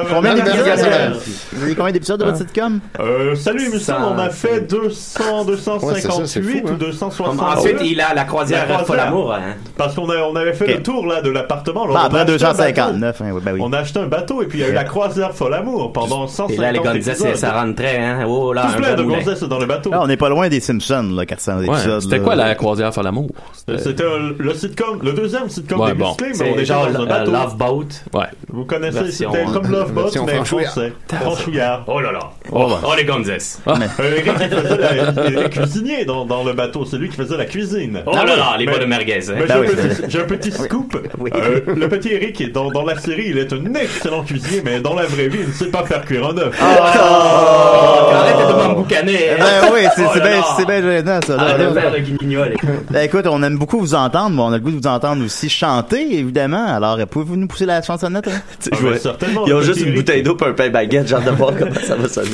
Speaker 2: Combien
Speaker 5: Non,
Speaker 2: d'épisodes?
Speaker 5: mais-
Speaker 2: euh, Vous avez combien d'épisodes de votre sitcom?
Speaker 7: Euh, salut les muscles, on a fait 200,
Speaker 5: Ouais, c'est ça, c'est
Speaker 7: 258
Speaker 5: fou, hein.
Speaker 7: ou 260.
Speaker 6: Ensuite, il a la croisière
Speaker 7: La
Speaker 6: folle
Speaker 7: croisière.
Speaker 6: amour. hein.
Speaker 7: Parce qu'on a- on avait fait
Speaker 2: Ok.
Speaker 7: le tour là de l'appartement. alors
Speaker 2: Bah,
Speaker 7: on a
Speaker 2: après
Speaker 7: acheté un bateau.
Speaker 2: 259, hein, oui, ben oui.
Speaker 7: On a acheté un bateau et puis il y a eu la croisière folle amour pendant 150
Speaker 6: Et là, les gonzesses,
Speaker 7: épisodes.
Speaker 6: ça rentrait. Hein. Oh là,
Speaker 7: Tous
Speaker 6: un
Speaker 7: plein
Speaker 6: bon
Speaker 7: de
Speaker 6: moulin.
Speaker 7: gonzesses dans le bateau.
Speaker 2: Là, on n'est pas loin des Simpsons, là, 400
Speaker 3: Ouais,
Speaker 2: épisodes.
Speaker 3: c'était
Speaker 2: là.
Speaker 3: quoi la croisière faire l'amour? C'était-
Speaker 7: C'était euh, le sitcom, le deuxième sitcom
Speaker 3: Ouais,
Speaker 7: des
Speaker 3: bon.
Speaker 7: musclés, mais on
Speaker 6: C'est
Speaker 7: est
Speaker 6: genre
Speaker 7: genre dans un
Speaker 6: euh,
Speaker 7: bateau.
Speaker 6: Love Boat.
Speaker 3: Ouais.
Speaker 7: Vous connaissez,
Speaker 6: Version-
Speaker 7: c'était comme Love Boat,
Speaker 5: version
Speaker 7: mais
Speaker 5: franchouillard.
Speaker 7: français. Franchouillard.
Speaker 6: Oh là là.
Speaker 2: Oh, bah.
Speaker 6: Oh les gonzesses.
Speaker 8: Ah.
Speaker 7: Euh, Eric il faisait la- il était cuisinier dans, dans le bateau, c'est lui qui faisait la cuisine.
Speaker 6: Oh là là, les
Speaker 7: Mais-
Speaker 6: bois de merguez. hein.
Speaker 4: Bah
Speaker 7: Mais
Speaker 2: Ben
Speaker 7: j'ai,
Speaker 2: oui,
Speaker 7: un petit,
Speaker 2: c'est-
Speaker 7: j'ai un petit scoop. Euh, le petit Eric, est dans, dans la série, il est un excellent cuisinier, mais dans la vraie vie, il ne sait pas faire cuire un
Speaker 4: Ah.
Speaker 7: œuf. Oh,
Speaker 6: Arrête de m'emboucaner.
Speaker 4: Eh
Speaker 6: hein.
Speaker 2: Ben oui, c'est
Speaker 6: Oh
Speaker 2: c'est
Speaker 6: là
Speaker 2: bien
Speaker 6: là.
Speaker 2: c'est bien gênant, ça. là,
Speaker 6: Arrête
Speaker 2: là.
Speaker 6: de faire le guignol.
Speaker 2: Ben, écoute, on aime beaucoup vous entendre, mais on a le goût de vous entendre aussi chanter, évidemment. Alors, euh, pouvez-vous nous pousser la chansonnette? hein?
Speaker 4: Tu sais,
Speaker 7: Ah,
Speaker 4: je vois-
Speaker 7: ben, certainement,
Speaker 4: Ils ont
Speaker 7: le
Speaker 4: juste
Speaker 7: petit
Speaker 4: une
Speaker 7: Eric.
Speaker 4: bouteille d'eau pour un pain baguette, genre de voir comment ça va sonner.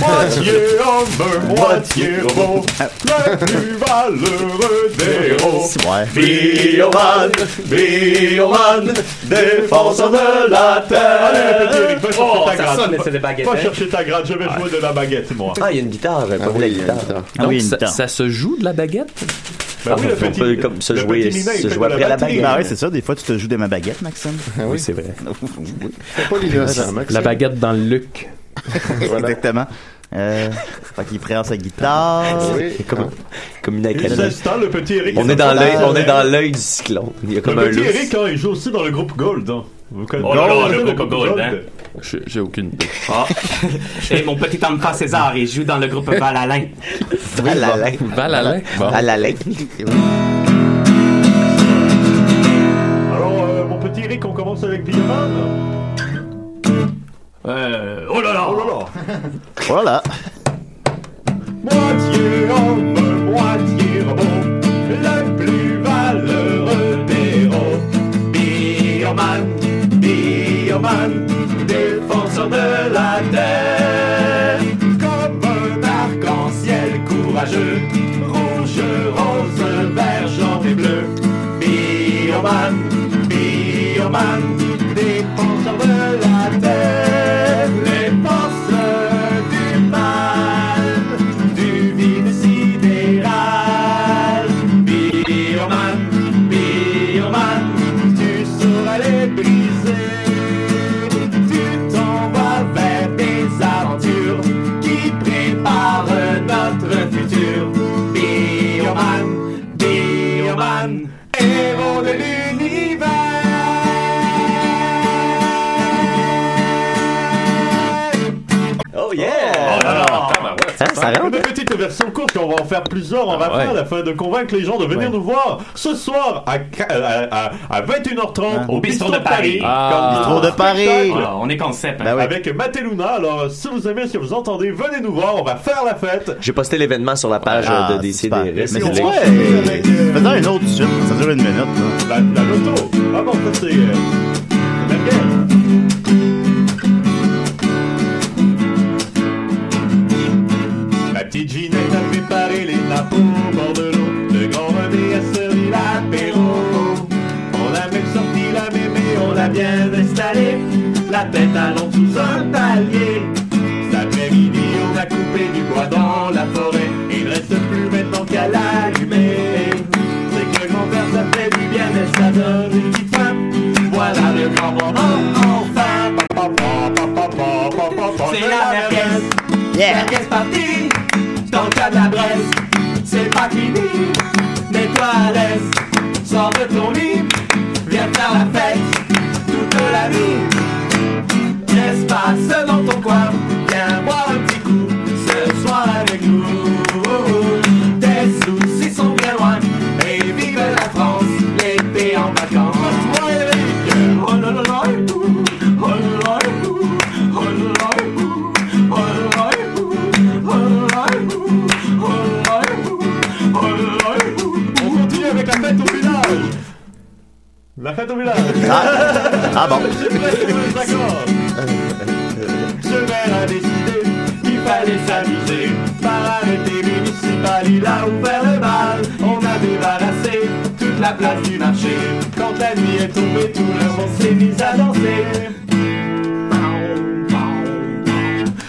Speaker 7: Moitié homme, moitié robot, le plus valeureux des héros.
Speaker 2: Ouais.
Speaker 7: Bioman, Bioman, défenseur de la terre. Allez, Ah, le petit Eric, va chercher
Speaker 6: Oh,
Speaker 7: ta
Speaker 6: ça
Speaker 7: gratte.
Speaker 6: sonne, mais c'est des
Speaker 7: Va-
Speaker 6: baguettes,
Speaker 7: Va
Speaker 6: hein.
Speaker 7: chercher ta gratte, je vais jouer de la baguette, moi.
Speaker 4: Ah, il y a une guitare, j'avais pas
Speaker 5: Ah
Speaker 4: vu la
Speaker 5: oui, il y a une
Speaker 4: guitare.
Speaker 5: guitare.
Speaker 2: Ah
Speaker 3: Donc,
Speaker 2: oui, une
Speaker 3: ça,
Speaker 2: guitare.
Speaker 3: ça se joue de la baguette?
Speaker 7: Ben oui, le
Speaker 4: on peut comme se jouer-
Speaker 7: petit Minet, il
Speaker 4: se
Speaker 7: fait
Speaker 4: jouer
Speaker 7: de
Speaker 4: après la
Speaker 7: batterie.
Speaker 4: baguette.
Speaker 2: Ben oui, c'est ça. Des fois, tu te joues de ma baguette, Maxime.
Speaker 5: Ah oui,
Speaker 3: c'est vrai.
Speaker 5: c'est pas l'innocent, Max.
Speaker 3: La baguette dans le Luc.
Speaker 2: Exactement. Euh, fait qu'il prend sa guitare.
Speaker 5: Ah Oui.
Speaker 4: Comme, comme une
Speaker 7: Il
Speaker 4: académie.
Speaker 7: s'installe, le petit Eric.
Speaker 4: On
Speaker 7: Il
Speaker 4: est dans l'œil,
Speaker 7: s'installe.
Speaker 4: on est dans l'œil du cyclone. Il y a comme un
Speaker 7: Le petit
Speaker 4: loup.
Speaker 7: Eric, hein, il joue aussi dans le groupe Gold. hein. Vous connaissez
Speaker 6: Oh là là,
Speaker 7: Gold,
Speaker 6: le groupe Gold, hein.
Speaker 3: Je- J'ai aucune idée.
Speaker 6: Et mon petit enfant César, il joue dans le groupe Valalin.
Speaker 4: À la lin.
Speaker 3: Val Alain? Bon.
Speaker 4: À la lin.
Speaker 7: Alors, euh, mon petit Eric, on commence avec Bioman.
Speaker 6: Euh, oh là là.
Speaker 7: Oh là là.
Speaker 2: Voilà.
Speaker 7: Moitié homme, moitié robot, le plus valeureux des héros. Bioman, Bioman, défenseur de la terre. Comme un arc-en-ciel courageux, rouge, rose, vert, jaune et bleu. Bioman, Bioman, défenseur de la terre. Les forces du mal, du vide sidéral. Bioman, Bioman, tu sauras les briser. Tu t'en vas vers des aventures qui préparent notre futur. Bioman, Bioman, héros de l'univers.
Speaker 4: transparente.
Speaker 7: Une petite version courte, on va en faire plusieurs
Speaker 4: Ah,
Speaker 7: en rafale afin de convaincre les gens de venir nous voir ce soir à, qu- à, à, à 21h30 au Bistrot de Paris.
Speaker 2: Ah.
Speaker 7: comme
Speaker 2: Bistrot de Paris.
Speaker 7: spectacle
Speaker 6: Voilà, on est concept. hein.
Speaker 4: Bah
Speaker 2: Ben oui.
Speaker 7: Avec Mateluna, alors si vous aimez, si vous entendez, venez nous voir, on va faire la fête.
Speaker 4: J'ai posté l'événement sur la page
Speaker 2: Ah,
Speaker 4: euh, de
Speaker 2: c'est super.
Speaker 4: DCDR.
Speaker 2: Mais c'est
Speaker 4: Vous
Speaker 2: vrai.
Speaker 4: voulez-
Speaker 2: Faisons une autre suite, ça dure une minute. là.
Speaker 7: La, la loto. Ah bon, ça c'est. euh, la guerre. La petite Ginette a préparé les nappes au bord de l'eau. Le grand René a servi l'apéro. On a même sorti la mémé, on l'a bien installée. La tête allonge sous un palier. Cet après-midi, on a coupé du bois dans la forêt. Il reste plus maintenant qu'à l'allumer. C'est que mon père, ça fait du bien, mais ça donne une petite faim. Voilà le grand moment, enfin.
Speaker 6: C'est la merguez. La
Speaker 2: Yeah!
Speaker 6: pièce partie, dans le cas de la braise, c'est pas fini, mets-toi à l'aise, sors de ton lit, viens faire la fête, toute la vie. L'espace dans ton coin, viens boire un petit coup, ce soir avec nous. Tes soucis sont bien loin, et vive la France, l'été en vacances. Oh là là là, oh là là, oh là là.
Speaker 7: On continue avec la fête au village. La fête au village.
Speaker 2: Ah bon?
Speaker 7: C'est presque tous d'accord. Ce maire a décidé qu'il fallait s'amuser. Par arrêté municipal, il a ouvert le bal. On a débarrassé toute la place du marché. Quand la nuit est tombée, tout le monde s'est mis à danser.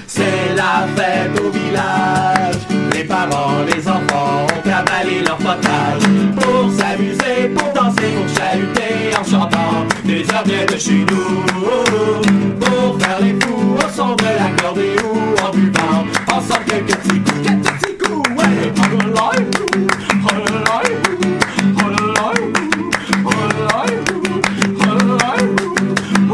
Speaker 7: C'est la fête au village. Les parents, les enfants ont cavalé leur potage pour s'amuser, pour danser, pour chahuter en chantant. Des heures viennent de chez nous pour faire les fous au son de l'accordéon en buvant ensemble quelques petits coups. Quelques petits coups, ouais. Oh là là, ouh, oh là là, ouh, oh là là, ouh,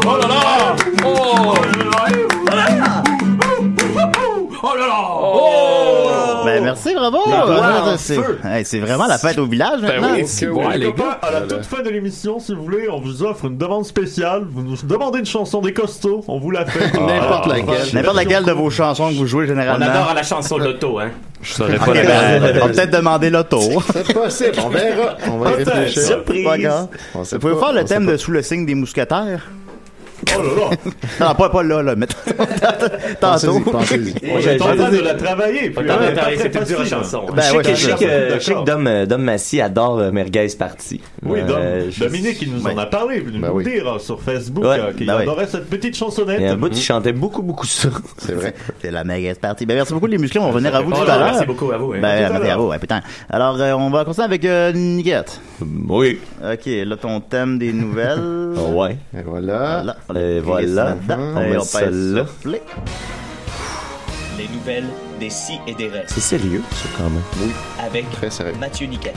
Speaker 7: oh là là, ouh, oh là là, ouh, oh là là, oh là là, ouh.
Speaker 6: Oh là là! Oh!
Speaker 2: Ben merci, bravo!
Speaker 7: doigts en
Speaker 2: c'est
Speaker 7: feu.
Speaker 2: Hey, c'est vraiment la fête au village maintenant?
Speaker 5: Que Ben oui,
Speaker 7: Les
Speaker 5: les
Speaker 7: copains,
Speaker 5: gars.
Speaker 7: à la
Speaker 5: Voilà.
Speaker 7: toute fin de l'émission, si vous voulez, on vous offre une demande spéciale. Vous nous demandez une chanson des costauds, on vous la fait.
Speaker 5: N'importe laquelle.
Speaker 2: N'importe laquelle de vos chansons que vous jouez
Speaker 6: On
Speaker 2: généralement.
Speaker 6: adore la chanson Loto, hein.
Speaker 3: Je saurais
Speaker 2: Ok,
Speaker 3: pas
Speaker 2: ben,
Speaker 3: la
Speaker 2: on va peut-être demander l'auto.
Speaker 5: C'est possible, on verra. On va y
Speaker 7: Attends,
Speaker 5: réfléchir.
Speaker 2: Surprise! Pas grave.
Speaker 5: On sait
Speaker 2: Vous pouvez
Speaker 5: pas,
Speaker 2: faire
Speaker 5: on
Speaker 2: le
Speaker 5: sait
Speaker 2: thème
Speaker 5: pas.
Speaker 2: de Sous le signe des mousquetaires?
Speaker 7: Oh là là!
Speaker 2: Non, non, pas, pas là, là, mais tantôt.
Speaker 5: Pensez-y, pensez-y.
Speaker 7: On
Speaker 4: j'ai-
Speaker 7: est en
Speaker 4: j'ai-
Speaker 7: train de la travailler. puis,
Speaker 6: Attends,
Speaker 7: euh,
Speaker 6: attends,
Speaker 7: c'est
Speaker 6: c'était
Speaker 7: facile.
Speaker 6: dur la
Speaker 4: Ah,
Speaker 6: chanson. hein.
Speaker 2: Ben ouais,
Speaker 4: Je
Speaker 2: c'est
Speaker 4: sais
Speaker 2: ça.
Speaker 4: que, je sais
Speaker 7: D'accord.
Speaker 4: que Dom, euh, Dom Massy adore euh, Merguez Party.
Speaker 7: Oui, Dom-
Speaker 4: Euh, je-
Speaker 7: Dominique, il nous en a parlé, il nous
Speaker 5: Ben oui.
Speaker 7: dire euh, sur Facebook
Speaker 4: Ouais,
Speaker 7: euh, qu'il
Speaker 2: ben oui.
Speaker 7: adorait cette petite chansonnette. Mm.
Speaker 4: Il y a un bout, il chantait beaucoup, beaucoup ça.
Speaker 5: C'est vrai.
Speaker 2: Mm-hmm. C'est la méga partie. Ben, merci beaucoup, les musclés. On va revenir à vous
Speaker 6: Oh
Speaker 2: tout
Speaker 6: là
Speaker 2: à
Speaker 6: là,
Speaker 2: l'heure.
Speaker 6: merci beaucoup à vous. hein.
Speaker 2: Ben,
Speaker 7: tout à
Speaker 2: merci à
Speaker 7: l'heure.
Speaker 2: vous, ouais, putain. Alors, euh, on va continuer avec euh, Niquette.
Speaker 4: Oui.
Speaker 2: Ok, là, ton thème des nouvelles.
Speaker 4: Ouais.
Speaker 5: Et voilà.
Speaker 2: Là, on
Speaker 4: Et
Speaker 2: a
Speaker 4: voilà. Eh,
Speaker 2: glissé là-dedans.
Speaker 4: Et
Speaker 2: On va
Speaker 4: celle-là.
Speaker 2: faire souffler.
Speaker 10: Les nouvelles des si et des restes
Speaker 4: C'est sérieux, ça, quand même.
Speaker 10: avec
Speaker 5: Très sérieux.
Speaker 10: Mathieu Niquette.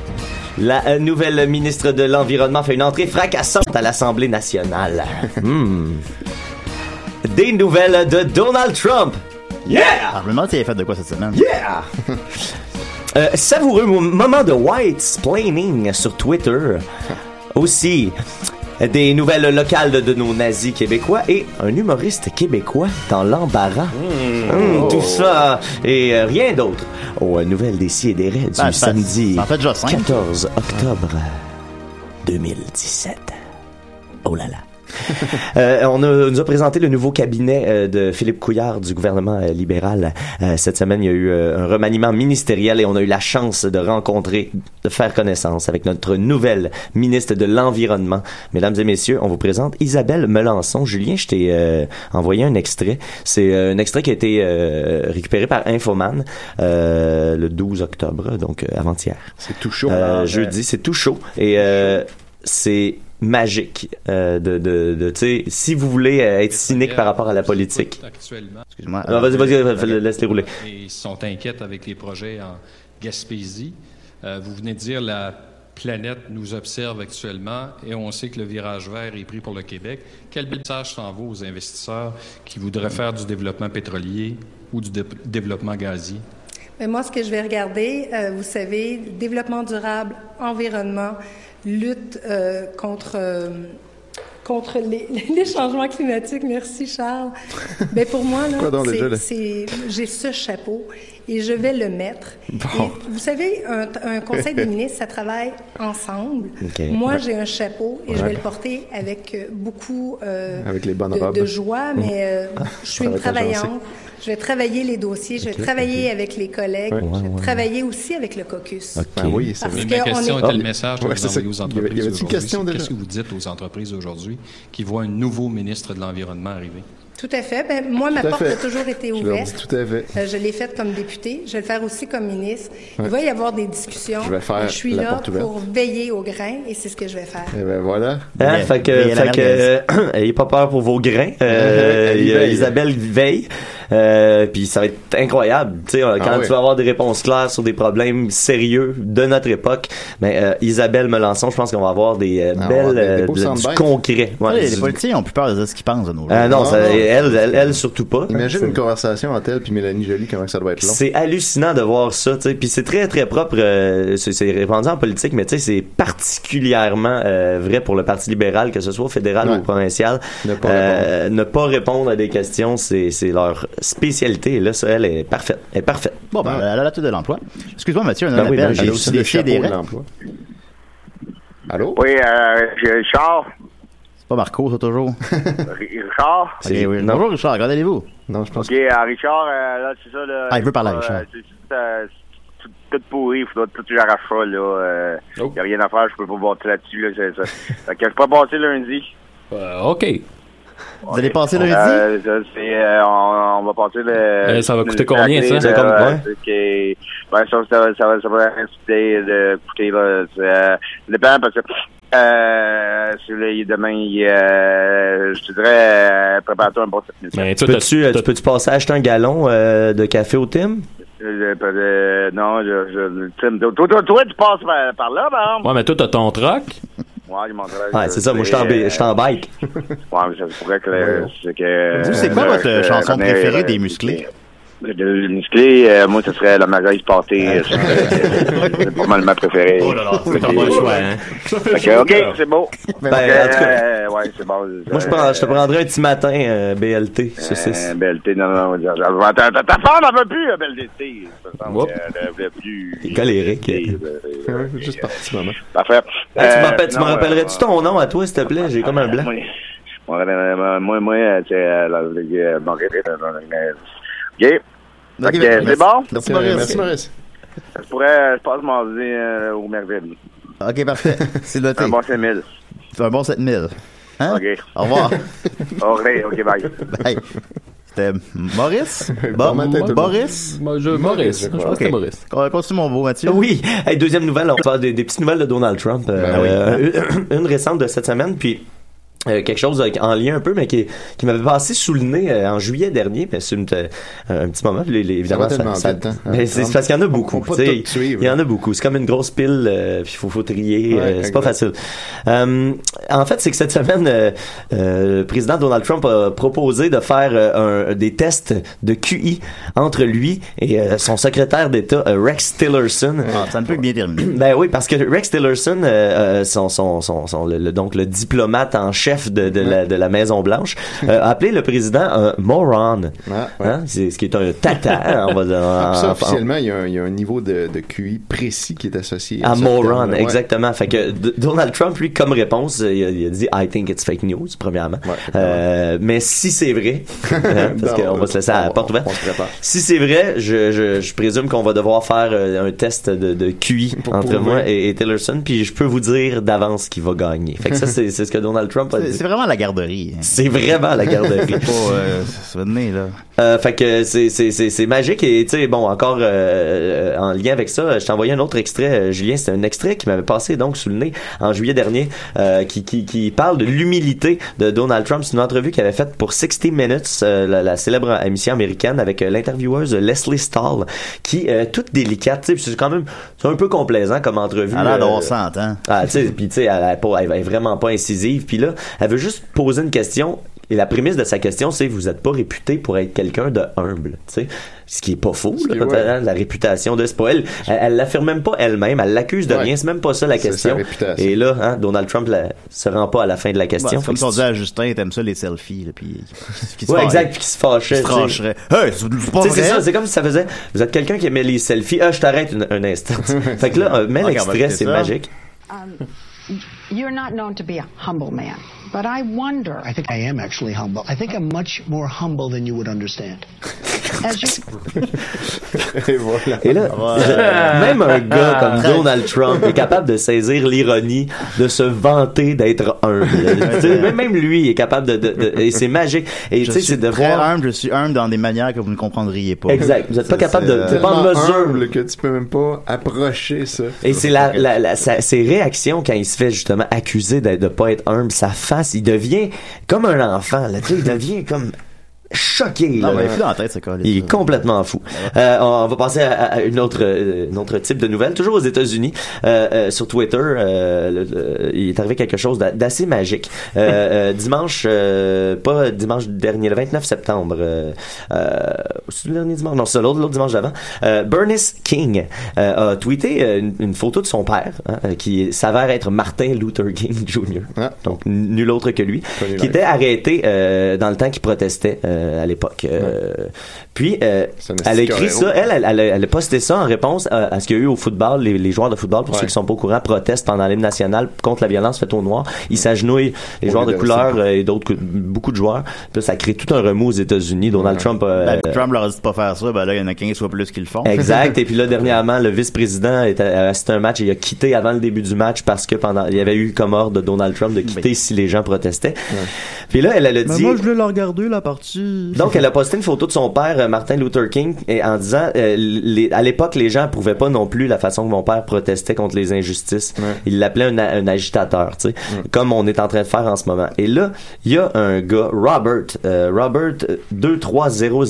Speaker 4: La euh, nouvelle ministre de l'Environnement fait une entrée fracassante à l'Assemblée nationale. Hmm. Des nouvelles de Donald Trump.
Speaker 2: Ah, je me demande si elle est faite de quoi cette semaine.
Speaker 4: Yeah! Euh, savoureux mo- moment de white planning sur Twitter. Aussi, des nouvelles locales de nos nazis québécois et un humoriste québécois dans l'embarras. Hum, Tout ça et euh, rien d'autre. Aux euh, nouvelles des si et des
Speaker 7: Ben,
Speaker 4: raies du
Speaker 2: Ah, ça-
Speaker 4: samedi
Speaker 2: ça en fait déjà cinq.
Speaker 4: 14 octobre 2017. Oh là là. Euh, on a- nous a présenté le nouveau cabinet euh, de Philippe Couillard du gouvernement euh, libéral. Euh, cette semaine, il y a eu euh, un remaniement ministériel et on a eu la chance de rencontrer, de faire connaissance avec notre nouvelle ministre de l'Environnement. Mesdames et messieurs, on vous présente Isabelle Melançon. Julien, je t'ai euh, envoyé un extrait. C'est euh, un extrait qui a été euh, récupéré par Infoman euh, le 12 octobre, donc euh, avant-hier.
Speaker 5: C'est tout chaud.
Speaker 4: Euh, jeudi, c'est tout chaud. Et euh, c'est magique euh, de, de, de tu sais, si vous voulez euh, être cynique par rapport à la politique.
Speaker 11: Actuellement,
Speaker 2: Excuse-moi.
Speaker 4: Non, vas-y, vas-y, vas-y, laisse-les rouler.
Speaker 11: et ils sont inquiets avec les projets en Gaspésie. Euh, vous venez de dire la planète nous observe actuellement et on sait que le virage vert est pris pour le Québec. Quel message s'en va aux investisseurs qui voudraient faire du développement pétrolier ou du dé- développement gazier?
Speaker 12: Mais moi, ce que je vais regarder, euh, vous savez, développement durable, environnement, lutte euh, contre, euh, contre les, les changements climatiques. Merci, Charles. Mais pour moi, là,
Speaker 5: Quoi donc,
Speaker 12: c'est-
Speaker 5: déjà, là?
Speaker 12: c'est- j'ai ce chapeau et je vais le mettre.
Speaker 5: Bon.
Speaker 12: Et vous savez, un, un conseil des ministres, ça travaille ensemble.
Speaker 5: OK.
Speaker 12: Moi,
Speaker 5: Ouais.
Speaker 12: j'ai un chapeau et je
Speaker 5: Ouais.
Speaker 12: vais le porter avec euh, beaucoup euh,
Speaker 5: Avec les bonnes
Speaker 12: de,
Speaker 5: robes.
Speaker 12: de joie,
Speaker 5: Mmh.
Speaker 12: mais euh,
Speaker 5: Ah,
Speaker 12: je suis
Speaker 5: ça va
Speaker 12: une
Speaker 5: être agencé.
Speaker 12: travaillante. Je vais travailler les dossiers, je vais
Speaker 5: Ok,
Speaker 12: travailler avec les collègues,
Speaker 5: Ouais.
Speaker 12: je vais
Speaker 5: Ouais, ouais.
Speaker 12: travailler aussi avec le caucus.
Speaker 5: Ah oui, c'est
Speaker 12: Parce
Speaker 5: vrai.
Speaker 12: que
Speaker 11: Ma question
Speaker 12: on est-
Speaker 11: était le message que
Speaker 5: Ouais,
Speaker 11: vous
Speaker 5: c'est ça.
Speaker 11: envoyez aux
Speaker 5: Il y avait-
Speaker 11: entreprises
Speaker 5: il y avait-tu une
Speaker 11: aujourd'hui.
Speaker 5: question
Speaker 11: C'est
Speaker 5: déjà?
Speaker 11: Qu'est-ce que vous dites aux entreprises aujourd'hui qui voient un nouveau ministre de l'Environnement arriver?
Speaker 12: Tout à fait. Ben, moi, ma
Speaker 11: Tout à
Speaker 12: porte
Speaker 11: fait.
Speaker 12: a toujours été
Speaker 11: Je leur
Speaker 12: ouverte.
Speaker 11: dis tout à fait.
Speaker 12: Euh, je l'ai faite comme députée. Je vais le faire aussi comme ministre.
Speaker 5: Ouais.
Speaker 12: Il va y avoir des discussions.
Speaker 5: Je vais faire
Speaker 12: suis
Speaker 5: la
Speaker 12: là
Speaker 5: porte ouverte.
Speaker 12: pour veiller au grain et c'est ce que je vais faire.
Speaker 5: Et ben voilà.
Speaker 4: Hein,
Speaker 5: Bien.
Speaker 4: fait que,
Speaker 5: Veillez à la
Speaker 4: fait que,
Speaker 5: merguez.
Speaker 4: euh, ayez pas peur pour vos grains. Euh,
Speaker 5: Elle y
Speaker 4: il y a
Speaker 5: veille.
Speaker 4: Isabelle veille. Euh, puis ça va être incroyable. Tu sais, euh, quand
Speaker 5: oui.
Speaker 4: tu vas avoir des réponses claires sur des problèmes sérieux de notre époque, mais euh, Isabelle Melançon, je pense qu'on va avoir des euh,
Speaker 2: Ah, on va avoir
Speaker 4: belles,
Speaker 2: des- des
Speaker 4: euh,
Speaker 2: beaux
Speaker 4: de- du
Speaker 2: soundbites. Ah,
Speaker 4: concret. Ouais,
Speaker 2: Ouais, les
Speaker 4: du-
Speaker 2: politiciens ont plus peur de dire ce qu'ils pensent de nos
Speaker 4: Ah non,
Speaker 5: Ah,
Speaker 4: ça-
Speaker 5: non.
Speaker 4: Elle, elle, elle surtout pas.
Speaker 5: Imagine
Speaker 4: C'est-
Speaker 5: une conversation entre elle puis Mélanie Jolie, comment ça doit être long.
Speaker 4: C'est hallucinant de voir ça, tu sais. Puis c'est très, très propre. euh, c'est c'est répandu en politique, mais tu sais, c'est particulièrement euh, vrai pour le Parti libéral, que ce soit fédéral ou provincial. Euh,
Speaker 5: Ne pas,
Speaker 4: ne pas répondre à des questions, c'est c'est leur spécialité. Et là, ça, elle est parfaite. Elle est parfaite.
Speaker 2: Bon, ben, elle a la tête de l'emploi. Excuse-moi, Mathieu, on a
Speaker 4: Ben
Speaker 2: un
Speaker 4: oui, ben,
Speaker 2: appel.
Speaker 4: elle a
Speaker 2: Ah J'ai
Speaker 4: aussi
Speaker 2: aussi
Speaker 4: le
Speaker 2: des
Speaker 4: chapeau
Speaker 2: des
Speaker 4: de
Speaker 2: rêves.
Speaker 5: l'emploi. Allô?
Speaker 13: Oui, euh, j'ai Richard.
Speaker 2: C'est pas Marco, ça, toujours.
Speaker 13: Ri- Richard.
Speaker 2: Ok, oui. Bonjour, Richard, comment allez-vous? Non, je pense
Speaker 13: Ok, euh, Richard, euh, là, c'est ça, là.
Speaker 2: Ah, il veut parler à Richard.
Speaker 13: euh, c'est juste, euh, c'est tout, tout pourri, il faudra tout j'arrache ça, là. Euh, Il n'y a rien à faire, je peux pas bâtir là-dessus, là, c'est ça. fait que je peux pas bâtir lundi.
Speaker 3: OK.
Speaker 2: Vous allez passer lundi?
Speaker 13: Euh, ça, c'est, euh, on, on va passer le.
Speaker 3: Euh, ça va coûter combien, ça?
Speaker 13: C'est
Speaker 3: C'est comme- ouais.
Speaker 13: euh, Ben, ça, ça, va- ça, va- ça va coûter, de, coûter là, c'est, euh, ça dépend parce que euh, si vous voulez, demain, il, euh, je te dirais, euh, prépare-toi un bon 7 minutes.
Speaker 4: tu peux-tu euh, tu peux-tu passer à acheter un gallon euh, de café au Tim?
Speaker 13: Euh, euh, non, je, je, Tim, toi, toi, toi, toi, tu passes par, par là, ben.
Speaker 3: Ouais, mais toi, t'as ton troc.
Speaker 13: Ouais, je m'en dirais,
Speaker 4: Ouais, c'est ça. Moi, je suis en,
Speaker 13: euh,
Speaker 4: bi- je suis en bike.
Speaker 13: Ouais, mais ça se pourrait que. le- c'est que-
Speaker 2: Vous, c'est quoi
Speaker 13: euh,
Speaker 2: votre
Speaker 13: que-
Speaker 2: chanson
Speaker 13: René,
Speaker 2: préférée
Speaker 13: euh,
Speaker 2: des musclés?
Speaker 13: De, de musclé, euh, moi, ce serait la magaise pâtée. euh, ça serait- c'est pas mal ma préférée. Oh là là,
Speaker 4: c'est un bon choix, hein.
Speaker 13: OK, c'est beau.
Speaker 4: Ben,
Speaker 13: Ok,
Speaker 4: en tout cas-
Speaker 13: euh, ouais, c'est bon.
Speaker 4: Moi, je, prends, je te prendrais un petit matin euh, BLT. saucisse.
Speaker 13: Euh, BLT, non, non, non, je- je- ta, ta- ta femme, elle veut plus, euh, BLT. Ça me semble
Speaker 4: Oups.
Speaker 13: qu'elle veut plus. euh,
Speaker 4: C'est colérique.
Speaker 5: Juste parti, maman.
Speaker 13: Parfait.
Speaker 4: Hey, tu
Speaker 13: Euh,
Speaker 4: m'appelles- tu me
Speaker 13: non,
Speaker 4: rappellerais-tu ton nom à toi, s'il te plaît? J'ai comme un blanc.
Speaker 13: Moi, euh, moi, moi, euh, c'est euh, la- euh, bon, euh, euh, OK.
Speaker 2: ben,
Speaker 13: Fait que, euh, c'est bon?
Speaker 5: Merci, Maurice. Merci, Maurice.
Speaker 13: Je pourrais, euh, je passe m'en aller, euh, au merveilleux.
Speaker 2: Ok, parfait. C'est noté.
Speaker 13: Un bon 5000.
Speaker 2: C'est un bon 7000. Hein?
Speaker 13: OK.
Speaker 2: Au revoir.
Speaker 13: OK, OK, bye.
Speaker 2: Bye. C'était Maurice? Bon,
Speaker 4: matin, tout le
Speaker 2: Boris?
Speaker 4: Maurice, je crois.
Speaker 2: Ok.
Speaker 4: que c'était Maurice.
Speaker 2: On va continuer mon beau Mathieu.
Speaker 4: Oui. Hey, deuxième nouvelle, on parle des, des petites nouvelles de Donald Trump.
Speaker 5: Ben
Speaker 4: Euh, une récente de cette semaine, puis euh, quelque chose avec- en lien un peu, mais qui, qui m'avait passé sous le nez euh, en juillet dernier. Mais c'est une- euh, un petit moment. puis les- les- évidemment,
Speaker 5: va tellement
Speaker 4: ça-
Speaker 5: vite, hein,
Speaker 4: mais
Speaker 5: Trump.
Speaker 4: c'est c'est parce qu'il y en a beaucoup.
Speaker 5: On peut
Speaker 4: tu sais.
Speaker 5: tout suivre.
Speaker 4: Il y en a beaucoup. C'est comme une grosse pile, euh, puis il faut, faut trier.
Speaker 5: Ouais,
Speaker 4: euh, c'est pas
Speaker 5: exact.
Speaker 4: facile. Euh, en fait, c'est que cette semaine, euh, euh, le président Donald Trump a proposé de faire euh, un- des tests de QI entre lui et euh, son secrétaire d'État, euh, Rex Tillerson.
Speaker 2: Ah, ça ne peut que bien terminer.
Speaker 4: Ben oui, parce que Rex Tillerson, euh, euh, son, son, son, son- le, le- donc le diplomate en chef de, de la, de la Maison Blanche, euh, a appelé le président un moron.
Speaker 2: Ah,
Speaker 4: Hein? C'est- Ce qui est un tata, on va dire. en-
Speaker 5: Ah, ça,
Speaker 4: en-
Speaker 5: officiellement, il y, a un- il y a un niveau de, de QI précis qui est associé
Speaker 4: à
Speaker 5: ce
Speaker 4: Ah, moron,
Speaker 5: terme-là. Ouais.
Speaker 4: exactement. Fait que D- Donald Trump, lui, comme réponse, euh, il a, il a dit I think it's fake news, premièrement. Euh, mais si c'est vrai, hein, parce
Speaker 5: Non,
Speaker 4: qu'on va se laisser à la porte ouverte. Si c'est vrai, je, je, je présume qu'on va devoir faire euh, un test de, de QI entre
Speaker 2: prouver.
Speaker 4: moi et, et Tillerson, puis je peux vous dire d'avance qui va gagner. Fait que ça, c'est c'est ce que Donald Trump a
Speaker 2: C'est
Speaker 4: dit.
Speaker 2: c'est vraiment la garderie. hein.
Speaker 4: C'est vraiment la garderie.
Speaker 2: C'est pas, euh, ça va de nez, là.
Speaker 4: Euh, fait que c'est c'est c'est c'est magique et tu sais bon encore euh, euh, en lien avec ça je t'ai envoyé un autre extrait euh, Julien c'est un extrait qui m'avait passé donc sous le nez en juillet dernier euh, qui, qui qui parle de l'humilité de Donald Trump c'est une entrevue qu'il avait faite pour 60 minutes euh, la, la célèbre émission américaine avec euh, l'intervieweuse Leslie Stahl qui euh, toute délicate tu sais puis c'est quand même c'est un peu complaisant comme entrevue
Speaker 2: Elle a l'air d'avoir
Speaker 4: euh,
Speaker 2: 100 ans.
Speaker 4: ah, tu sais, puis tu sais, elle, elle, est pas- elle est vraiment pas incisive. Puis là, elle veut juste poser une question Et la prémisse de sa question, c'est vous n'êtes pas réputé pour être quelqu'un de humble, tu sais. Ce qui est pas faux, là,
Speaker 5: ouais.
Speaker 4: hein, la réputation de c'est pas elle. Elle, elle l'affirme même pas elle-même, elle l'accuse de
Speaker 5: Ouais.
Speaker 4: rien, c'est même pas ça la
Speaker 5: C'est
Speaker 4: question.
Speaker 5: sa réputation.
Speaker 4: Et là, hein, Donald Trump la, se rend pas à la fin de la question.
Speaker 2: Ouais, Bah, c'est comme
Speaker 4: Fait
Speaker 2: si on
Speaker 4: que
Speaker 2: disait à Justin, t'aimes ça les selfies, là, puis qui
Speaker 4: Ouais, exact, puis qui se fâchait.
Speaker 2: Qui se
Speaker 4: tu sais.
Speaker 2: fâcherait. Hey, c'est pas
Speaker 4: Tu sais, c'est
Speaker 2: vrai?
Speaker 4: ça, c'est comme si ça faisait. Vous êtes quelqu'un qui aimait les selfies. Ah, je t'arrête une- un instant. fait que là, euh, mets
Speaker 2: Ok, on va
Speaker 4: l'extrait,
Speaker 2: écouter
Speaker 4: c'est
Speaker 2: ça.
Speaker 4: magique.
Speaker 14: Um, you're not known to be a humble man, but I wonder,
Speaker 15: I think I am actually humble. I think I'm much more humble than you would understand.
Speaker 14: as you
Speaker 5: Et voilà.
Speaker 4: Et là,
Speaker 2: Ah
Speaker 4: je- même un gars comme Donald Trump est capable de saisir l'ironie, de se vanter d'être humble. Tu sais, même- même lui est capable de, de- de- et c'est magique. Et
Speaker 2: Je
Speaker 4: tu sais,
Speaker 2: suis
Speaker 4: c'est de
Speaker 2: très
Speaker 4: voir.
Speaker 2: humble, je suis humble dans des manières que vous ne comprendriez pas.
Speaker 4: Exact. Vous êtes pas
Speaker 2: C'est-
Speaker 4: capable
Speaker 2: c'est,
Speaker 4: de-
Speaker 2: euh,
Speaker 4: de prendre mesure.
Speaker 5: humble que tu peux même pas approcher ça.
Speaker 4: Et c'est la, la- la- sa- ses réactions quand il se fait justement accuser de ne pas être humble, sa face, il devient comme un enfant. Là, tu sais, il devient comme choqué.
Speaker 2: Non,
Speaker 4: là.
Speaker 2: mais il a plus dans la tête, ce Ah cas-là.
Speaker 4: Il est complètement fou. Euh, on on va passer à, à une autre, euh, une autre type de nouvelle, toujours aux États-Unis. Euh, euh, sur Twitter, euh, le- le- il est arrivé quelque chose d'a- d'assez magique. Euh, euh, dimanche, euh, pas dimanche dernier, le 29 septembre. Euh, euh, c'est le dernier dimanche, non, c'est l'autre, l'autre dimanche d'avant. Euh, Bernice King euh, a tweeté euh, une, une photo de son père, hein, euh, qui s'avère être Martin Luther King Jr.
Speaker 2: Ah.
Speaker 4: Donc n- nul autre que lui, qui était arrêté euh, dans le temps qu'il protestait euh, à l'époque. Euh, Puis euh, elle a écrit ça,
Speaker 5: escargot.
Speaker 4: elle, elle, elle a- elle a posté ça en réponse à, à ce qu'il y a eu au football, les, les joueurs de football, pour ceux qui sont pas au courant, protestent pendant l'hymne national contre la violence faite aux Noirs. Ils s'agenouillent, les
Speaker 5: Au
Speaker 4: joueurs
Speaker 5: lieu
Speaker 4: de
Speaker 5: de
Speaker 4: couleur euh, et d'autres, cou- beaucoup de joueurs. Puis là, ça crée tout un remous aux États-Unis. Donald Trump euh, a-
Speaker 2: Ben, Trump leur a dit de pas faire ça, ben là, il y en a 15 soit plus qui le font.
Speaker 4: Exact. Et puis là, dernièrement, le vice-président était- a assisté à un match et il a quitté avant le début du match parce que pendant, il y avait eu comme ordre de Donald Trump de quitter si les gens protestaient. Puis là, elle, elle a dit.
Speaker 2: voulais la regarder, la partie.
Speaker 4: Donc, elle a posté une photo de son père, euh, Martin Luther King, et en disant, euh, les- à l'époque, les gens pouvaient pas non plus la façon que mon père protestait contre les injustices. Il l'appelait un, a- un agitateur, tu sais, comme on est en train de faire en ce moment. Et là, il y a un gars, Robert, euh, Robert euh,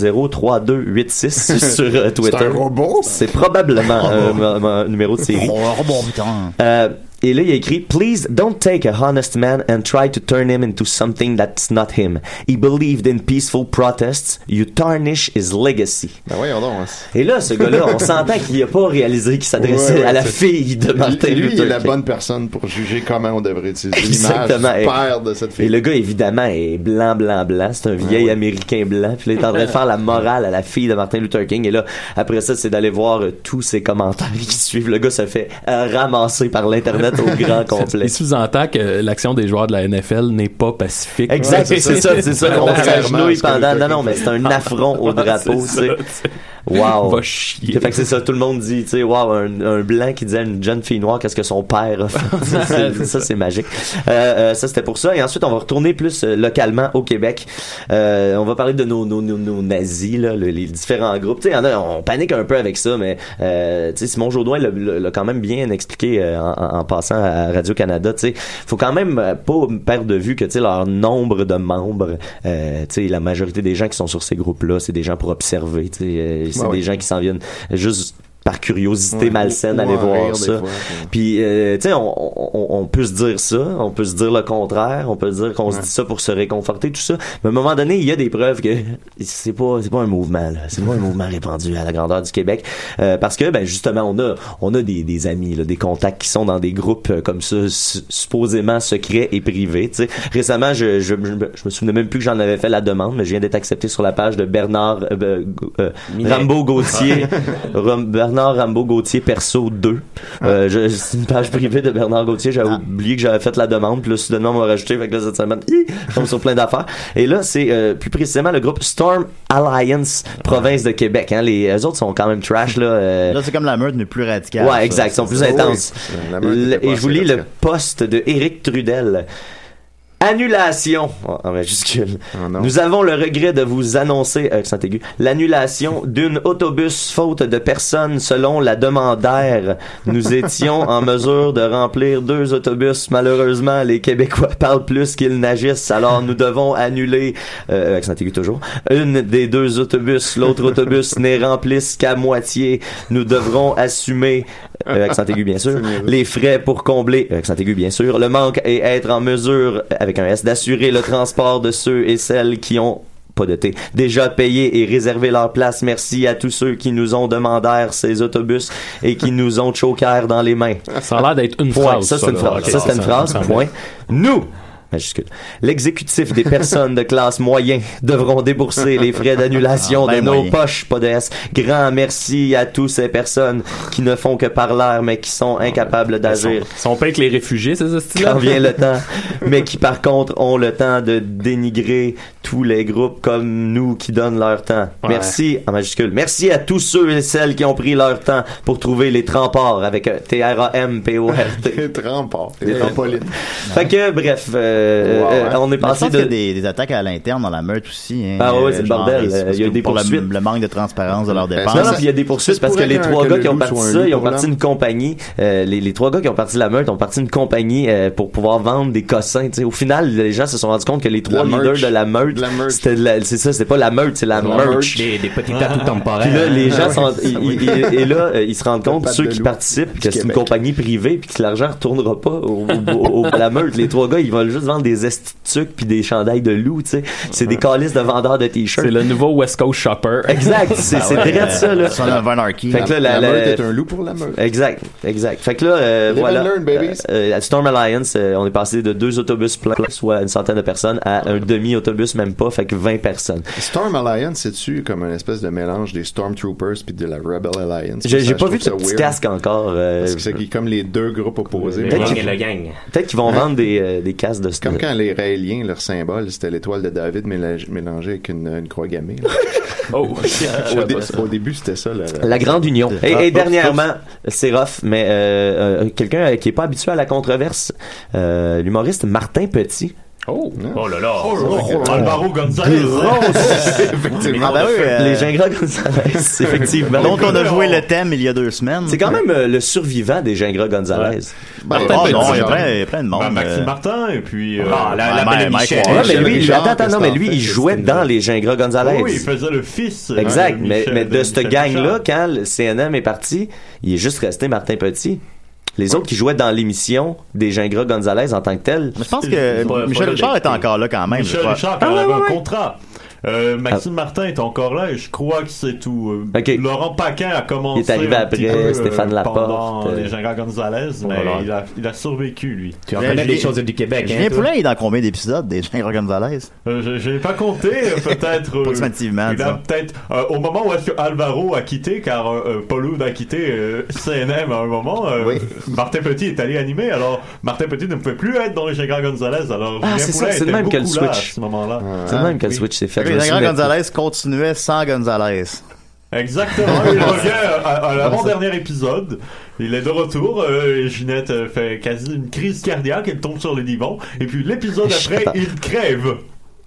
Speaker 4: 23003286 sur euh, Twitter.
Speaker 5: C'est un robot?
Speaker 4: C'est probablement euh, mon- mon numéro de série.
Speaker 2: Oh, bon, putain.
Speaker 4: Euh, et là, il a écrit Please don't take a honest man and try to turn him into something that's not him. He believed in peaceful protests. You tarnish his legacy.
Speaker 5: Ben voyons donc.
Speaker 4: Et là, ce gars-là, on s'entend qu'il n'a pas réalisé qu'il s'adressait
Speaker 5: Ouais, ouais,
Speaker 4: à la
Speaker 5: c'est-
Speaker 4: fille de Martin
Speaker 5: Lui, il
Speaker 4: Luther
Speaker 5: est la
Speaker 4: King.
Speaker 5: bonne personne pour juger comment on devrait utiliser l'image
Speaker 4: Exactement.
Speaker 5: du
Speaker 4: Et-
Speaker 5: père de cette
Speaker 4: Et
Speaker 5: fille. Ben
Speaker 4: le gars, évidemment, est blanc, blanc, blanc. C'est un vieil américain blanc. Puis là, il est en train de faire la morale à la fille de Martin Luther King. Et là, après ça, c'est d'aller voir euh, tous ses commentaires qui suivent. Le gars se fait euh, ramasser par l'Internet au grand complet.
Speaker 3: Il sous-entend que l'action des joueurs de la NFL n'est pas pacifique.
Speaker 4: Exact, c'est ça, c'est ça. On s'agenouille pendant. Non, non, mais c'est un affront
Speaker 3: Ouais,
Speaker 4: au drapeau, tu
Speaker 3: c'est
Speaker 4: sais.
Speaker 3: ça,
Speaker 4: Wow.
Speaker 3: Va chier.
Speaker 4: Fait que c'est ça, tout le monde dit, tu sais, wow, un, un blanc qui disait à une jeune fille noire qu'est-ce que son père a fait. Ça, c'est- ça, c'est magique. Euh, euh, ça, c'était pour ça. Et ensuite, on va retourner plus euh, localement au Québec. Euh, on va parler de nos, nos, nos, nos nazis, là, le- les différents groupes. Tu sais, y en a, on panique un peu avec ça, mais euh, tu sais, Simon Jaudoin l'a- l'a l'a quand même bien expliqué euh, en, en- en passant à Radio-Canada. Tu sais, faut quand même euh, pas perdre de vue que tu sais, leur nombre de membres, euh, tu sais, la majorité des gens qui sont sur ces groupes-là, c'est des gens pour observer. Tu sais, euh, c'est
Speaker 5: Ouais,
Speaker 4: des
Speaker 5: ouais.
Speaker 4: gens qui s'en viennent juste par curiosité
Speaker 5: Ouais,
Speaker 4: malsaine
Speaker 5: ou- ou
Speaker 4: aller
Speaker 5: en rire
Speaker 4: voir
Speaker 5: des
Speaker 4: ça.
Speaker 5: fois,
Speaker 4: Puis, euh, tu sais, on, on, on peut se dire ça, on peut se dire le contraire, on peut se dire qu'on se dit ça pour se réconforter, tout ça. Mais à un moment donné, il y a des preuves que c'est pas c'est pas un mouvement, là. c'est pas un mouvement répandu à la grandeur du Québec, Euh, parce que ben justement, on a on a des, des amis, là, des contacts qui sont dans des groupes euh, comme ça, su- supposément secrets et privés. tu sais. Récemment, je, je, je, me- je me souvenais même plus que j'en avais fait la demande, mais je viens d'être accepté sur la page de Bernard euh, euh, Gau- euh,
Speaker 5: Minet.
Speaker 4: Rambo Gauthier. Ram- Bernard Rambo Gauthier perso 2.
Speaker 2: Ah.
Speaker 4: Euh, je- c'est une page privée de Bernard Gauthier. J'avais oublié que j'avais fait la demande. Puis là, soudainement, on m'a rajouté. Fait que là, cette semaine, hi, je tombe sur plein d'affaires. Et là, c'est euh, plus précisément le groupe Storm Alliance Province de Québec. Hein. Les eux autres sont quand même trash. Là, euh,
Speaker 2: Là, c'est comme la meute, mais plus radicale.
Speaker 4: ouais, exact. Ils sont plus
Speaker 2: Ah Oui.
Speaker 4: intenses.
Speaker 2: La meute était
Speaker 4: Le-
Speaker 2: pas
Speaker 4: et je vous
Speaker 2: assez
Speaker 4: lis le poste de Éric Trudel. Annulation Oh, en- en majuscule. Nous avons le regret de vous annoncer, euh, accent aigu, l'annulation d'une autobus faute de personnes selon la demandaire. Nous étions en mesure de remplir deux autobus. Malheureusement, les Québécois parlent plus qu'ils n'agissent, alors nous devons annuler, euh, accent aigu toujours, une des deux autobus. L'autre autobus n'est rempli qu'à moitié. Nous devrons assumer euh, accent aigu bien sûr, les frais pour combler, euh, accent aigu bien sûr, le manque et être en mesure, euh, avec un S, d'assurer le transport de ceux et celles qui ont pas de thé. Déjà payé et réservé leur place. Merci à tous ceux qui nous ont demandé ces autobus et qui nous ont chokers dans les mains.
Speaker 3: Ça a l'air d'être une
Speaker 4: Point.
Speaker 3: phrase,
Speaker 4: Ça,
Speaker 3: ça,
Speaker 4: c'est une
Speaker 3: là.
Speaker 4: phrase.
Speaker 3: Ok,
Speaker 4: Ça, c'est une
Speaker 3: ça-
Speaker 4: phrase.
Speaker 3: ça me
Speaker 4: Point.
Speaker 3: semble.
Speaker 4: Nous! Majuscule. L'exécutif des personnes de classe moyenne devront débourser les frais d'annulation
Speaker 2: Ah, ben
Speaker 4: de nos
Speaker 2: moyen.
Speaker 4: poches, pas de S. Grand merci à toutes ces personnes qui ne font que par l'air, mais qui sont incapables d'agir.
Speaker 3: Si on paye que les réfugiés, c'est ce style-là?
Speaker 4: Quand vient le temps, mais qui par contre ont le temps de dénigrer tous les groupes comme nous qui donnent leur temps.
Speaker 3: Ouais.
Speaker 4: Merci en majuscule. Merci à tous ceux et celles qui ont pris leur temps pour trouver les remparts avec euh, un T-R-A-M-P-O-R-T.
Speaker 5: Les remparts.
Speaker 4: Les
Speaker 5: Ouais.
Speaker 4: trampolines. Fait que, bref, euh,
Speaker 5: Wow,
Speaker 4: euh,
Speaker 5: hein.
Speaker 4: on est
Speaker 5: Mais je
Speaker 4: passé
Speaker 5: pense
Speaker 4: de...
Speaker 5: qu'il y a
Speaker 2: des, des attaques à l'interne dans la meute aussi. hein.
Speaker 4: Ah ouais, c'est
Speaker 2: Euh,
Speaker 4: le
Speaker 2: genre,
Speaker 4: bordel.
Speaker 2: c'est parce
Speaker 4: Il y a
Speaker 2: que
Speaker 4: des
Speaker 2: pour le-
Speaker 4: poursuites. Ben,
Speaker 2: Le manque de transparence de leurs dépenses.
Speaker 4: Non, non, puis il y a des poursuites parce que les trois gars qui ont parti ça, ils ont parti une compagnie, euh, les, les trois gars qui ont parti la meute ont parti une compagnie euh, pour pouvoir vendre des cossins. tu sais. Au final, les gens se sont rendus compte que les trois
Speaker 2: La
Speaker 4: leaders
Speaker 2: merch.
Speaker 4: de la meute, c'était de la- c'est ça, c'était pas la meute, c'est la,
Speaker 8: La
Speaker 4: merch.
Speaker 8: merch. Des- des petits tatous temporaires.
Speaker 4: Puis là, les
Speaker 8: Ah
Speaker 4: gens
Speaker 8: ouais,
Speaker 4: sont,
Speaker 8: ça,
Speaker 4: ils-
Speaker 8: oui.
Speaker 4: ils- ils- et là, euh, ils se rendent
Speaker 8: Le
Speaker 4: compte,
Speaker 8: pape
Speaker 4: ceux
Speaker 8: de
Speaker 4: qui
Speaker 8: loup
Speaker 4: participent, que
Speaker 8: du
Speaker 4: c'est une
Speaker 8: Québec.
Speaker 4: compagnie privée puis que l'argent retournera pas au, au- au- à la meute. Les trois gars, ils veulent juste vendre des estitucs puis des chandails de loup, tu sais. C'est des calices de vendeurs de t-shirts.
Speaker 3: C'est le nouveau West Coast Shopper.
Speaker 4: Exact, c'est
Speaker 3: Ah
Speaker 4: c'est
Speaker 3: ouais.
Speaker 4: direct ça là.
Speaker 3: Ça, la Von hein. Arky,
Speaker 4: Fait que là,
Speaker 5: la
Speaker 4: la-
Speaker 5: meute
Speaker 4: la-
Speaker 5: est un loup pour la meute.
Speaker 4: Exact, exact. Fait que là, euh,
Speaker 5: Live and
Speaker 4: voilà.
Speaker 5: learn, babies.
Speaker 4: Euh, à Storm Alliance, euh, on est passé de deux autobus pleins, soit une centaine de personnes, à un demi-autobus même pas, fait que 20 personnes.
Speaker 5: Storm Alliance, c'est-tu comme un espèce de mélange des Stormtroopers puis de la Rebel Alliance?
Speaker 4: J'ai
Speaker 5: Ça,
Speaker 4: j'ai
Speaker 5: je
Speaker 4: pas
Speaker 5: trouve
Speaker 4: vu
Speaker 5: ça
Speaker 4: de petit
Speaker 5: weird.
Speaker 4: casque encore. euh,
Speaker 5: Parce que c'est qui- comme les deux groupes opposés.
Speaker 4: Le gang et le gang. Peut-être qu'ils vont vendre des, euh, des casques de
Speaker 5: Hein? Comme quand les Raéliens, leur symbole, c'était l'étoile de David mélange- mélangée avec une, une croix gammée. là.
Speaker 3: Oh,
Speaker 5: au, dé- au début, c'était ça. La,
Speaker 4: La Grande Union. Et,
Speaker 5: Ah,
Speaker 4: et
Speaker 5: oups,
Speaker 4: dernièrement,
Speaker 5: oups.
Speaker 4: c'est rough, mais euh, euh, quelqu'un euh, qui est pas habitué à la controverse, euh, l'humoriste Martin Petit.
Speaker 3: Oh!
Speaker 8: Oh là là!
Speaker 7: Alvaro González.
Speaker 2: Ah, ben
Speaker 4: Effectivement. ben euh, Les Gingras Gonzalez, effectivement.
Speaker 2: Dont euh, on a joué le thème il y a deux semaines.
Speaker 4: C'est quand même euh, le survivant des Gingras Gonzalez.
Speaker 2: Ben, Martin oh non, Petit, il y a genre. plein- il y a plein de monde, Ben, Maxime euh.
Speaker 7: Martin, et puis.
Speaker 4: ah, la, la
Speaker 2: Ma-
Speaker 4: belle
Speaker 2: Mike
Speaker 4: Michel.
Speaker 2: Ward.
Speaker 4: Ouais, mais
Speaker 2: Michel
Speaker 4: lui,
Speaker 2: Richard,
Speaker 4: attends, attends, non,
Speaker 2: qu'est-ce
Speaker 4: mais lui, il jouait dans les Gingras Gonzalez.
Speaker 7: Oh Oui, il faisait le fils. euh,
Speaker 4: Exact,
Speaker 7: de
Speaker 4: mais,
Speaker 7: Michel-
Speaker 4: mais de cette
Speaker 7: Michel
Speaker 4: gang-là,
Speaker 7: Richard.
Speaker 4: quand le CNM est parti, il est juste resté Martin Petit. Les autres qui jouaient dans l'émission des Gingras Gonzalez en tant que tel.
Speaker 2: Je pense que Michel Richard est encore là quand même. je
Speaker 7: Michel
Speaker 2: crois.
Speaker 7: Richard,
Speaker 4: Ah,
Speaker 7: quand avait un contrat. Euh, Maxime Martin est encore là et je crois que c'est tout. Euh, Laurent Paquin a commencé.
Speaker 4: Il est arrivé
Speaker 7: un
Speaker 4: après,
Speaker 7: petit peu, euh,
Speaker 4: Stéphane Laporte,
Speaker 7: Pendant
Speaker 4: euh,
Speaker 7: les Gingras Gonzalez, mais
Speaker 4: voilà.
Speaker 7: il, a, il a survécu, lui.
Speaker 2: Mais Julien-
Speaker 7: hein,
Speaker 2: Julien Poulin est dans combien d'épisodes des Gingras Gonzalez?
Speaker 7: Euh, je- je n'ai pas compté, euh, peut-être. euh,
Speaker 2: Approximativement,
Speaker 7: Il a
Speaker 2: disons.
Speaker 7: peut-être. euh, au moment où est-ce que Alvaro a quitté, car euh, euh, Pauloud a quitté euh, CNM à un moment, euh, Martin Petit est allé animer, alors Martin Petit ne pouvait plus être dans les Gingras Gonzalez, alors
Speaker 4: Ah,
Speaker 7: Julien
Speaker 4: c'est ça,
Speaker 7: Poulin
Speaker 4: c'est le
Speaker 7: était
Speaker 4: même que le
Speaker 7: beaucoup là
Speaker 4: switch.
Speaker 7: À ce Ah, moment-là.
Speaker 4: C'est le même que le switch s'est fait.
Speaker 2: Les
Speaker 4: je me
Speaker 2: Gingras
Speaker 4: souviens plus.
Speaker 2: Gonzalez continuaient sans Gonzalez.
Speaker 7: Exactement, il revient à, à
Speaker 4: Ah,
Speaker 7: l'avant-dernier épisode. Il est de retour. euh, et Ginette euh, fait quasi une crise cardiaque. Elle tombe sur le divan. Et puis l'épisode après, il crève.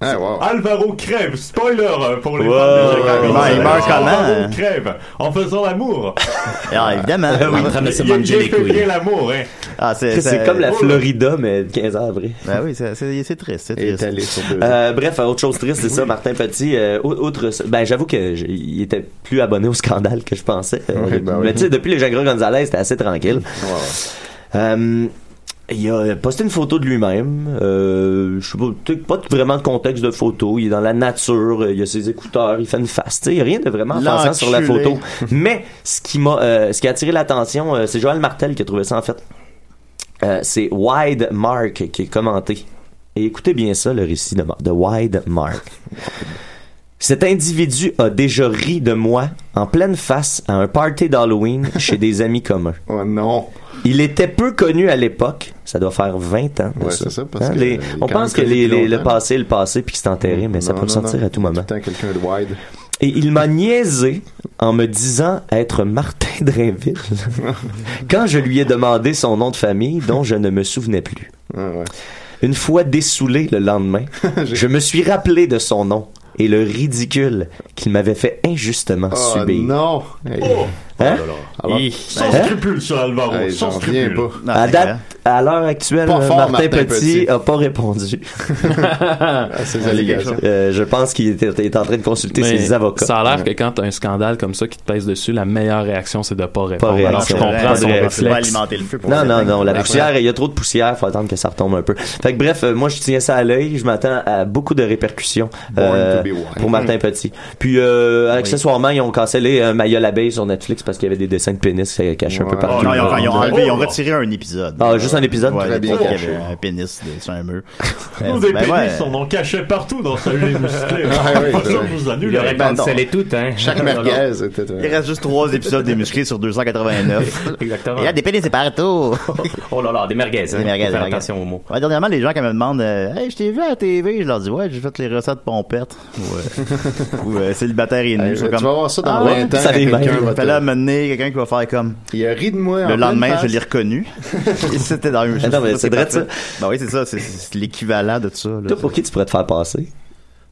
Speaker 7: Alvaro crève. Spoiler euh, pour les
Speaker 2: Wow.
Speaker 7: fans de Jacques
Speaker 2: Ah, Il meurt- il meurt
Speaker 7: Alvaro
Speaker 2: comment, hein?
Speaker 7: crève en faisant l'amour.
Speaker 2: Ah, évidemment.
Speaker 4: Ah oui, en train de se
Speaker 7: Il- il-
Speaker 4: manger
Speaker 7: il
Speaker 4: les
Speaker 7: fait
Speaker 4: couilles.
Speaker 7: bien l'amour, hein.
Speaker 2: Ah,
Speaker 4: C'est comme la Florida, mais 15 ans après.
Speaker 2: Ben oui, c'est- c'est c'est triste. C'est triste.
Speaker 4: Euh, bref, euh, autre chose triste, c'est ça, Martin Petit. euh, au- outre, ça- ben j'avoue que j- il était plus abonné au scandale que je pensais. Euh,
Speaker 2: Ouais, ben
Speaker 4: mais
Speaker 2: oui.
Speaker 4: tu sais, depuis les Jagras Gonzalez, c'était assez tranquille. Euh, il a posté une photo de lui-même. Euh, je sais pas, tu sais, pas vraiment de contexte de photo. Il est dans la nature. euh, Il a ses écouteurs. Il fait une face. Tu sais, Il n'y a rien de vraiment offensant sur la
Speaker 2: L'enculé.
Speaker 4: photo. Mais ce qui m'a, euh, ce qui a attiré l'attention, euh, c'est Joël Martel qui a trouvé ça en fait. Euh, c'est Wide Mark qui est commenté. Et écoutez bien ça, le récit de, de Wide Mark. Cet individu a déjà ri de moi en pleine face à un party d'Halloween chez des amis communs.
Speaker 5: Oh non!
Speaker 4: Il était peu connu à l'époque. Ça doit faire 20 ans. de Hein,
Speaker 5: Ouais, c'est ça, parce que,
Speaker 4: les-
Speaker 5: euh, il est
Speaker 4: on
Speaker 5: quand
Speaker 4: pense que
Speaker 5: même connu
Speaker 4: les-
Speaker 5: depuis
Speaker 4: les- le
Speaker 5: longtemps.
Speaker 4: passé est le passé puis que c'est enterré, mais ça
Speaker 5: Mm. Non,
Speaker 4: peut
Speaker 5: non,
Speaker 4: ressortir
Speaker 5: non.
Speaker 4: à tout moment.
Speaker 5: Tout le temps, quelqu'un de wide.
Speaker 4: Et il m'a niaisé en me disant être Martin Drainville quand je lui ai demandé son nom de famille dont je ne me souvenais plus.
Speaker 5: Ah,
Speaker 4: Une fois dessoulé le lendemain, je me suis rappelé de son nom et le ridicule qu'il m'avait fait injustement
Speaker 5: Oh
Speaker 4: subir.
Speaker 5: non! Hey.
Speaker 7: Oh.
Speaker 4: Hein?
Speaker 7: Sans
Speaker 4: Hein?
Speaker 7: scrupule sur Alvaro.
Speaker 5: Hey,
Speaker 7: sans
Speaker 5: j'en reviens
Speaker 7: scrupule.
Speaker 5: pas.
Speaker 4: à date, à l'heure actuelle,
Speaker 5: Pas fort,
Speaker 4: Martin,
Speaker 5: Martin
Speaker 4: Petit
Speaker 5: Petit.
Speaker 4: n'a pas répondu.
Speaker 5: à ces allégations.
Speaker 4: Euh, je pense qu'il était, était en train de consulter
Speaker 3: Mais
Speaker 4: ses avocats.
Speaker 3: Ça a l'air que quand t'as un scandale comme ça qui te pèse dessus, la meilleure réaction, c'est de pas
Speaker 4: Pas
Speaker 3: répondre.
Speaker 4: réaction.
Speaker 3: Alors, je
Speaker 4: Pas
Speaker 3: comprends
Speaker 4: de
Speaker 3: son
Speaker 4: réaction.
Speaker 3: réflexe.
Speaker 4: Non, non, non. La
Speaker 3: Après-
Speaker 4: poussière, il y a trop de poussière. Faut attendre que ça retombe un peu. Fait que bref, euh, moi, je tiens ça à l'œil. Je m'attends à beaucoup de répercussions
Speaker 5: Born
Speaker 4: euh,
Speaker 5: to be wild.
Speaker 4: pour
Speaker 2: Hmm.
Speaker 4: Martin Petit. Puis, euh, accessoirement, ils ont cancellé euh, Maya l'abeille sur Netflix parce qu'il y avait des dessins de pénis euh, cachés un peu
Speaker 7: Ah,
Speaker 4: partout.
Speaker 2: non, ils ont, ils ont enlevé, ils ont
Speaker 4: Oh.
Speaker 2: retiré un épisode.
Speaker 4: Ah, juste un épisode?
Speaker 2: Ouais,
Speaker 4: Très bien
Speaker 2: il y
Speaker 4: caché.
Speaker 2: avait un pénis de- sur un mur. Eh, Ben,
Speaker 7: Nous, des pénis, on en cachait partout dans sa les
Speaker 2: Ah,
Speaker 7: musclés.
Speaker 4: Ah,
Speaker 7: Pas sûr que vous annulez. Ben, non.
Speaker 2: Chaque merguez, hein. euh, Il reste juste trois épisodes des musclés sur 289. Exactement. Il y a des pénis, c'est partout.
Speaker 8: Oh là là, des merguez.
Speaker 2: Des merguez, des
Speaker 8: Faire
Speaker 2: merguez.
Speaker 8: attention aux mots.
Speaker 2: Ouais, dernièrement, les gens qui me demandent euh, Hey, je t'ai vu à la TV, je leur dis Ouais, j'ai fait les recettes pompettes. Ouais. Ou euh, célibataire et nu.
Speaker 5: Hey,
Speaker 2: Ils sont
Speaker 5: tu
Speaker 2: comme,
Speaker 5: vas voir ça dans
Speaker 2: Ah ouais,
Speaker 5: 20 ans,
Speaker 2: Ça
Speaker 5: quelqu'un va te-
Speaker 2: Fait là, mener quelqu'un qui va faire comme.
Speaker 5: Il a ri de moi.
Speaker 2: Le lendemain, je l'ai reconnu. Et C'était dans une
Speaker 4: Ah non, mais c'est vrai, ça.
Speaker 2: Ben oui, c'est ça, c'est- c'est l'équivalent de ça. Là,
Speaker 4: Toi, pour qui tu pourrais te faire passer?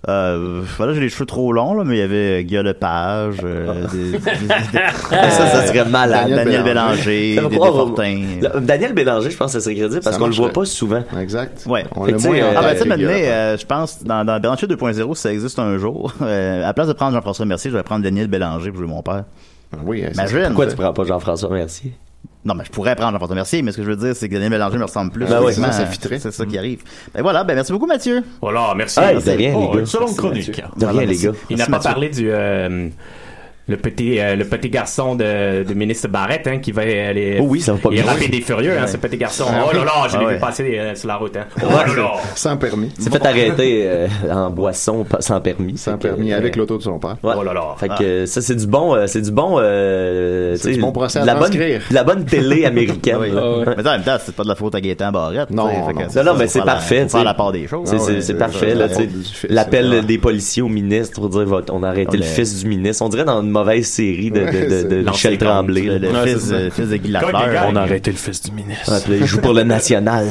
Speaker 2: Euh, voilà, j'ai les cheveux trop longs, là, mais il y avait Guy Lepage, euh, des- des- des-
Speaker 4: ça, ça serait malade.
Speaker 2: Daniel Bélanger,
Speaker 4: Ça va
Speaker 2: des
Speaker 4: pouvoir-
Speaker 2: Desfortins.
Speaker 4: Le- Daniel Bélanger, je pense que ça serait crédible parce
Speaker 2: Ça
Speaker 4: qu'on le voit
Speaker 2: marcherait.
Speaker 4: pas souvent.
Speaker 5: Exact.
Speaker 2: Ouais.
Speaker 4: On l'a
Speaker 2: Fait que, tu sais,
Speaker 4: moins en
Speaker 2: Ah, ben,
Speaker 4: tête,
Speaker 2: tu sais,
Speaker 4: les
Speaker 2: maintenant,
Speaker 4: gars, là.
Speaker 2: euh, je pense, dans, dans Bélanger 2.0, si ça existe un jour, euh, à la place de prendre Jean-François Mercier, je vais prendre Daniel Bélanger pour jouer mon père.
Speaker 5: Oui,
Speaker 4: c'est- pourquoi tu prends pas Jean-François Mercier?
Speaker 2: Non, mais je pourrais prendre Jean-François Mercier, mais ce que je veux dire, c'est que Daniel Bélanger me ressemble plus.
Speaker 4: Ben oui,
Speaker 2: physiquement.
Speaker 4: ça, ça
Speaker 2: C'est ça qui arrive. Ben voilà, ben merci beaucoup, Mathieu.
Speaker 8: Voilà, merci.
Speaker 2: Ah, de rien, les gars.
Speaker 8: Merci,
Speaker 2: chronique.
Speaker 8: Mathieu.
Speaker 2: De rien,
Speaker 8: Voilà,
Speaker 2: les
Speaker 8: merci.
Speaker 2: gars.
Speaker 8: Il n'a
Speaker 2: Merci,
Speaker 8: pas
Speaker 2: Mathieu.
Speaker 8: parlé du. euh, le petit, euh, le petit garçon de, de ministre Barrette hein, qui va aller
Speaker 4: Oh oui, ça va pas
Speaker 8: il est
Speaker 4: bien.
Speaker 8: rapide et furieux hein,
Speaker 4: Ouais.
Speaker 8: ce petit garçon
Speaker 4: Ah
Speaker 8: oh là là je l'ai
Speaker 4: Ah ouais.
Speaker 8: vu passer euh, sur la route hein. oh là là
Speaker 5: Sans permis.
Speaker 4: Il s'est fait arrêter euh, en boisson pas- sans permis. Sans
Speaker 5: permis, avec l'auto de son père.
Speaker 4: Ouais.
Speaker 5: Oh là là.
Speaker 4: Fait que
Speaker 2: Ah.
Speaker 4: euh, ça c'est du bon, euh, c'est du bon, euh,
Speaker 5: C'est
Speaker 4: tu sais,
Speaker 5: du bon procès à
Speaker 4: de la bonne,
Speaker 5: transcrire. Ah
Speaker 4: de la bonne télé américaine.
Speaker 2: Oui.
Speaker 4: là.
Speaker 2: Mais en même temps, c'est pas de la faute à Gaétan Barrette.
Speaker 4: Ah Non,
Speaker 2: tu sais,
Speaker 4: non,
Speaker 2: fait que
Speaker 4: non,
Speaker 2: ça,
Speaker 4: non, mais
Speaker 2: faut
Speaker 4: c'est
Speaker 2: faire la-
Speaker 4: parfait.
Speaker 2: faut
Speaker 4: tu sais.
Speaker 2: faire la part des choses.
Speaker 4: C'est-
Speaker 2: Ah
Speaker 4: C'est
Speaker 2: ouais,
Speaker 4: c'est
Speaker 2: c'est
Speaker 4: parfait. là,
Speaker 2: ça, la
Speaker 4: tu sais.
Speaker 2: honte du fils,
Speaker 4: L'appel
Speaker 2: ouais.
Speaker 4: des policiers au ministre pour dire votre- on a arrêté
Speaker 2: On
Speaker 4: le
Speaker 2: est-
Speaker 4: fils du ministre. On dirait dans une mauvaise série de, de-
Speaker 2: Ouais,
Speaker 4: de, de,
Speaker 2: c'est-
Speaker 4: Michel
Speaker 2: Lancé
Speaker 4: Tremblay.
Speaker 2: contre
Speaker 4: là.
Speaker 2: le fils- le fils de Guy Lafleur. Comme les gars. On a arrêté
Speaker 3: le fils du ministre.
Speaker 4: Ouais, puis là, il joue pour le national.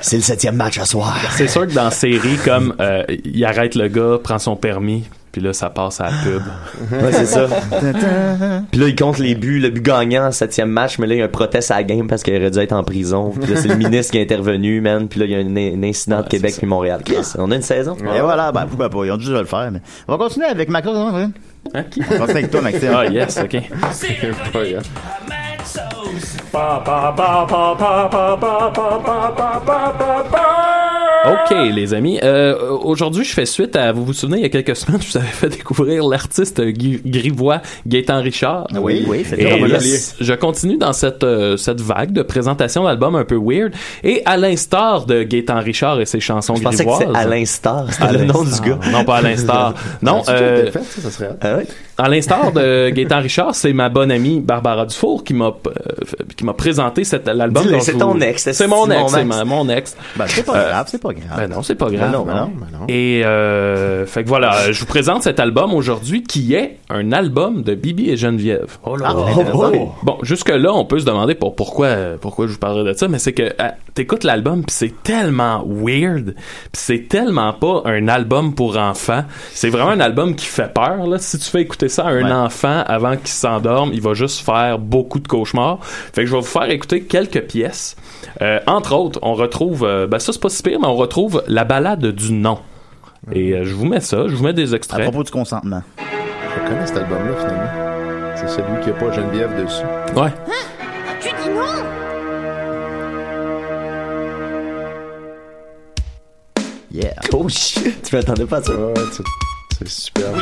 Speaker 4: c'est le septième match à soir.
Speaker 3: C'est sûr que dans série comme euh, il arrête le gars, prend son permis, puis là ça passe à la pub.
Speaker 4: Ouais, c'est ça. Puis là, il compte les buts, le but gagnant, septième match, mais là, il y a un protest à la game parce qu'il aurait dû être en prison. Puis là, c'est le ministre qui est intervenu, man. Puis là, il y a un, un incident de Québec puis Montréal. Chris, on a une saison.
Speaker 2: Et voilà, ben, pourquoi pas, ils ont dit je vais le faire, mais. On va continuer avec Macron, hein? On va continuer avec toi, Maxime.
Speaker 3: Ah, yes, ok. OK, les amis. Euh, Aujourd'hui, je fais suite à. Vous vous souvenez, il y a quelques semaines, je vous avais fait découvrir l'artiste Gui- grivois Gaétan Richard.
Speaker 4: Ah
Speaker 2: Oui, oui, c'était
Speaker 3: Et
Speaker 2: Romain
Speaker 3: là,
Speaker 2: Ollier.
Speaker 3: je continue dans cette, euh, cette vague de présentation d'albums un peu weird. Et à l'instar de Gaétan Richard et ses chansons
Speaker 4: Je pensais que
Speaker 3: grivoises.
Speaker 4: c'était à l'instar, c'était le nom du gars.
Speaker 3: Non, pas à l'instar. non,
Speaker 4: Ah, tu l'as
Speaker 3: euh,
Speaker 4: fait,
Speaker 5: ça, ça serait.
Speaker 4: Ah ouais?
Speaker 3: à l'instar de Gaétan Richard, c'est ma bonne amie Barbara Dufour qui m'a euh, f- qui m'a présenté cet l'album.
Speaker 4: Dis-le,
Speaker 3: dont
Speaker 4: c'est
Speaker 3: je
Speaker 4: ton
Speaker 3: vous-
Speaker 4: ex, c'est
Speaker 3: C'est mon
Speaker 4: mon
Speaker 3: ex, c'est
Speaker 4: ex.
Speaker 3: ma- mon ex.
Speaker 2: Ben, c'est pas
Speaker 3: Euh,
Speaker 2: grave, c'est pas grave.
Speaker 3: Ben non, c'est pas grave.
Speaker 2: Ben non, ben non,
Speaker 3: Et euh, fait que voilà, euh, je vous présente cet album aujourd'hui qui est un album de Bibi et Geneviève. Oh
Speaker 2: là Ah, là. intéressant.
Speaker 3: Bon, jusque là, on peut se demander pour pourquoi euh, pourquoi je vous parlerai de ça, mais c'est que euh, t'écoutes l'album puis c'est tellement weird, puis c'est tellement pas un album pour enfants. C'est vraiment un album qui fait peur là. Si tu fais écouter ça à un
Speaker 2: Ouais.
Speaker 3: enfant avant qu'il s'endorme, il va juste faire beaucoup de cauchemars. Fait que je vais vous faire écouter quelques pièces. Euh, entre autres, on retrouve, euh, ben ça c'est pas si pire, mais on retrouve la balade du nom. Et euh, je vous mets ça, je vous mets des
Speaker 2: À
Speaker 3: extraits.
Speaker 2: propos du consentement.
Speaker 5: Ah Je connais cet album-là, finalement. C'est celui qui a pas Geneviève dessus.
Speaker 3: Ouais.
Speaker 6: Tu dis non
Speaker 2: Yeah.
Speaker 4: Oh shit, tu m'attendais pas à ça.
Speaker 5: c'est super.
Speaker 6: Tu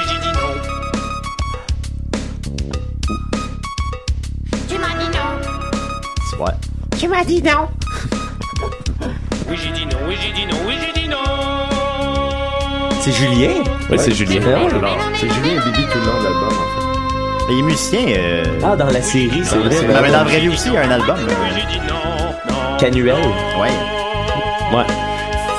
Speaker 6: m'as dit non
Speaker 2: Ouais.
Speaker 6: Tu m'as dit non
Speaker 10: Oui, j'ai dit non, oui, j'ai dit non, oui, j'ai dit non.
Speaker 4: C'est Julien?
Speaker 3: Oui, c'est Julien.
Speaker 4: Oh là là.
Speaker 5: C'est Julien et Bibi tout le long de l'album, en fait.
Speaker 2: Mais il est musicien. euh,
Speaker 4: Ah, dans la série, c'est
Speaker 2: dans la
Speaker 4: vrai.
Speaker 2: série. Non, mais dans la vraie vie aussi, il y a un album. euh, là.
Speaker 4: Canuel.
Speaker 2: Ouais.
Speaker 3: Ouais.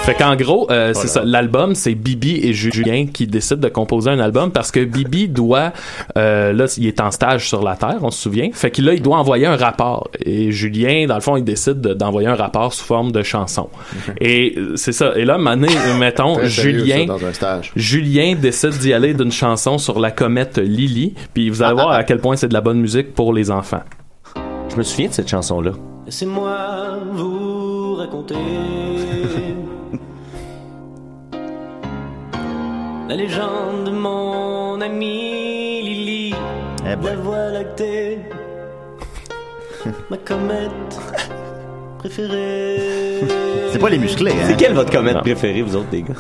Speaker 3: Fait qu'en gros, euh, c'est ça. L'album, c'est Bibi et Julien qui décident de composer un album parce que Bibi doit, euh, là, il est en stage sur la Terre, on se souvient. Fait que là, il doit envoyer un rapport. Et Julien, dans le fond, il décide de- d'envoyer un rapport sous forme de chanson. Et euh, c'est ça. Et là, mané, mettons,
Speaker 5: Très sérieux,
Speaker 3: Oh, Julien,
Speaker 5: ça, dans un stage.
Speaker 3: Julien décide d'y aller d'une chanson sur la comète Lily. Puis vous allez voir à quel point c'est de la bonne musique pour les enfants.
Speaker 4: Je me souviens de cette chanson-là.
Speaker 16: Laissez-moi vous raconter la légende de mon ami Lily,
Speaker 2: Eh boy.
Speaker 16: la voie lactée, ma comète préférée.
Speaker 2: C'est pas les musclés, hein.
Speaker 4: C'est quel votre comète préféré, vous autres, les gars?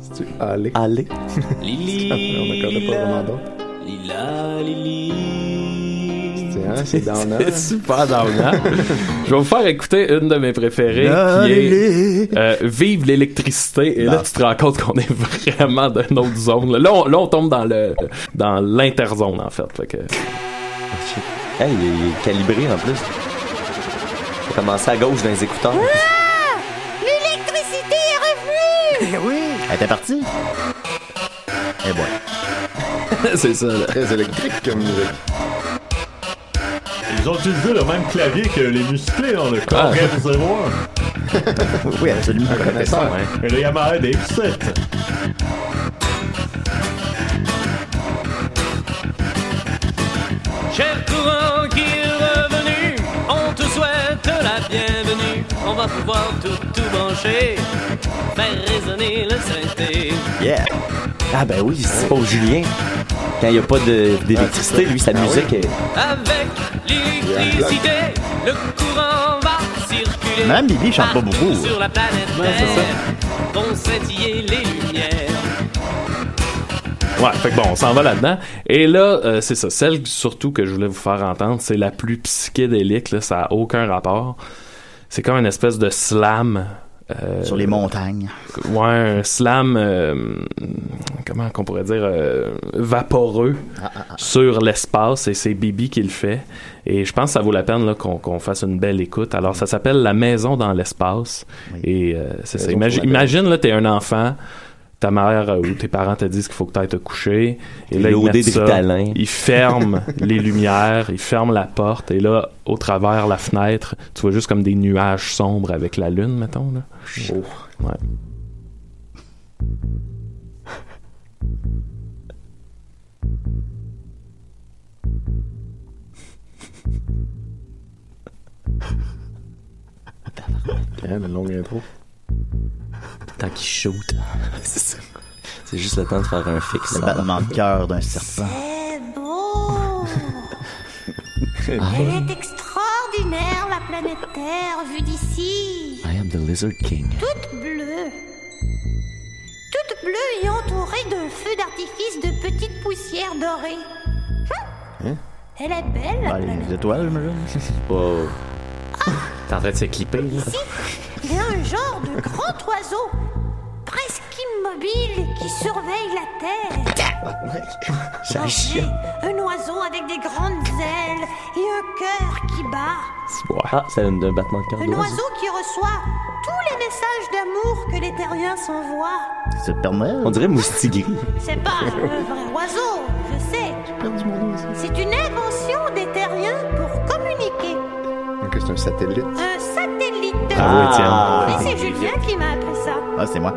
Speaker 5: C'est-tu Allez.
Speaker 4: Allez.
Speaker 5: On n'accordait pas vraiment d'autres.
Speaker 16: Lila, Lily.
Speaker 5: C'est, hein, c'est dans l'heure.
Speaker 3: C'est super downant. Je vais vous faire écouter une de mes préférées
Speaker 5: Dans
Speaker 3: qui est euh, Vive l'électricité. Et là, tu te rends compte qu'on est vraiment dans une autre zone. Là, Là, on, là, on tombe dans le dans l'interzone, en fait. Fait que-
Speaker 4: Hey, il est, il est calibré en plus. Il a commencé à gauche dans les écouteurs.
Speaker 6: Ah, L'électricité est revenue! oui!
Speaker 2: Elle était partie. Eh boy.
Speaker 3: c'est ça,
Speaker 5: Très électrique comme musique.
Speaker 7: Ils ont utilisé le même clavier que les musclés dans le corps
Speaker 5: Ah.
Speaker 2: Oui, absolument.
Speaker 7: connaisseur.
Speaker 3: hein.
Speaker 7: Et le Yamaha DX7.
Speaker 3: Ah
Speaker 16: Cher courant qui est revenu, on te souhaite la bienvenue. On va pouvoir tout, tout brancher, faire résonner le synthé.
Speaker 4: Yeah! Ah ben oui, c'est pas Julien. Quand il n'y a pas de- d'électricité, lui, sa
Speaker 16: Ah oui.
Speaker 4: musique est...
Speaker 16: Avec l'électricité, le courant va circuler.
Speaker 4: Madame Bibi chante pas
Speaker 16: partout
Speaker 4: beaucoup. hein.
Speaker 16: Sur la planète
Speaker 4: Ouais, c'est
Speaker 16: Terre, vont scintiller les lumières.
Speaker 3: Ouais, fait que bon, on s'en va là-dedans. Et là, euh, c'est ça. Celle surtout que je voulais vous faire entendre, c'est la plus psychédélique. Là, ça n'a aucun rapport. C'est comme une espèce de slam. euh,
Speaker 2: Sur les montagnes.
Speaker 3: Ouais, un slam, euh, comment qu'on pourrait dire, euh, vaporeux
Speaker 2: Ah,
Speaker 3: sur l'espace et c'est Bibi qui le fait. Et je pense que ça vaut la peine là, qu'on qu'on fasse une belle écoute. Alors, ça s'appelle La maison dans l'espace. Et euh, c'est ça.
Speaker 8: Maison
Speaker 3: Imagine,
Speaker 8: sur la plage.
Speaker 3: imagine, là, t'es un enfant. Ta mère euh, ou tes parents te disent qu'il faut que tu ailles te coucher. Et là, ils,
Speaker 4: Loadé
Speaker 3: mettent
Speaker 4: de
Speaker 3: ça,
Speaker 4: Ritalin.
Speaker 3: ils ferment les lumières, ils ferment la porte. Et là, au travers la fenêtre, tu vois juste comme des nuages sombres avec la lune, mettons. Là. Ouais.
Speaker 5: Hein, la longue intro.
Speaker 4: Tant qu'il shoot. c'est ça. C'est juste le temps de faire un fixe.
Speaker 2: Le battement de cœur d'un serpent.
Speaker 17: C'est beau.
Speaker 4: I
Speaker 17: Elle est extraordinaire, la planète Terre, vue d'ici.
Speaker 4: I am the Lizard King.
Speaker 17: Toute bleue. Toute bleue et entourée de feux d'artifice de petites poussières dorées.
Speaker 2: Hein?
Speaker 17: Bah, Elle est belle, la
Speaker 2: Ben,
Speaker 17: planète.
Speaker 2: les étoiles, j'imagine.
Speaker 4: Oh.
Speaker 8: T'es en train de se clipper, là.
Speaker 17: Il y a un genre de grand oiseau, presque immobile, qui surveille la Terre.
Speaker 4: C'est un chien.
Speaker 17: Un oiseau avec des grandes ailes et un cœur qui bat.
Speaker 4: Ah, c'est un, un battement de cœur.
Speaker 17: Un
Speaker 4: d'oiseau.
Speaker 17: oiseau qui reçoit tous les messages d'amour que les terriens s'envoient.
Speaker 2: C'est le Père Noël?
Speaker 4: On dirait moustigris.
Speaker 17: C'est pas un vrai oiseau, je sais. C'est une invention des terriens pour communiquer.
Speaker 5: Ok, c'est un satellite.
Speaker 17: Un satellite.
Speaker 5: Ah oui, tiens.
Speaker 17: Mais c'est Julien qui m'a appris ça.
Speaker 2: Ah, c'est moi.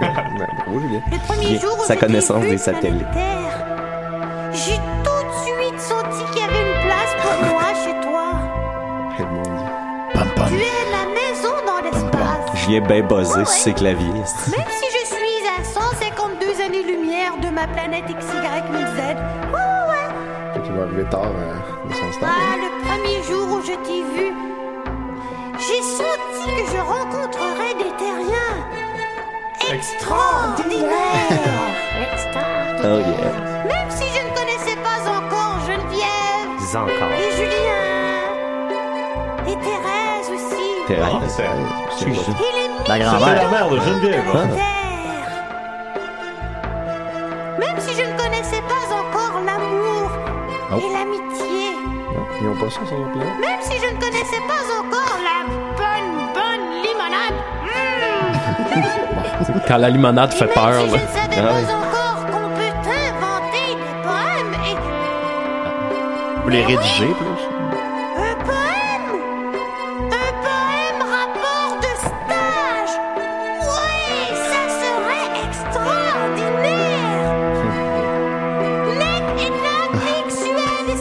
Speaker 5: Ben,
Speaker 17: Le premier
Speaker 4: Julien,
Speaker 17: jour où
Speaker 4: sa
Speaker 17: j'ai
Speaker 4: connaissance
Speaker 17: vu
Speaker 4: des
Speaker 17: la
Speaker 4: satellites.
Speaker 17: Terre, j'ai tout de suite senti qu'il y avait une place pour moi chez toi. Tu es la maison dans l'espace.
Speaker 4: Je viens bien buzzer sur ses claviers.
Speaker 17: Même si je suis à 152 années-lumière de ma planète XY1000Z, ouais, ouais, ouais,
Speaker 5: Fait qu'il va arriver tard euh, dans son stade.
Speaker 17: Ah, le premier jour où je t'ai vu, j'ai senti que je rencontrerais des terriens extraordinaires.
Speaker 4: Oh yeah.
Speaker 17: Même si je ne connaissais pas encore Geneviève
Speaker 4: Dis encore.
Speaker 17: et Julien et Thérèse aussi.
Speaker 6: Ah,
Speaker 7: Ah,
Speaker 4: Thérèse.
Speaker 17: Il est
Speaker 4: La
Speaker 17: mignon.
Speaker 4: grand-mère.
Speaker 7: La mère de Geneviève. hein.
Speaker 4: Ah.
Speaker 17: Même si je ne connaissais pas encore l'amour
Speaker 5: Oh.
Speaker 17: et l'amitié.
Speaker 5: Non, ils n'ont pas ça sur leur plan.
Speaker 17: Même si je ne connaissais pas encore la bonne, bonne limonade. Mmh.
Speaker 3: Quand la limonade fait peur. là.
Speaker 17: Je savais pas encore qu'on peut inventer des poèmes et
Speaker 2: Vous les rédigez, plus.
Speaker 17: un poème. Un poème rapport de stage. Oui, ça serait extraordinaire. Nec et nec, nec, suel, et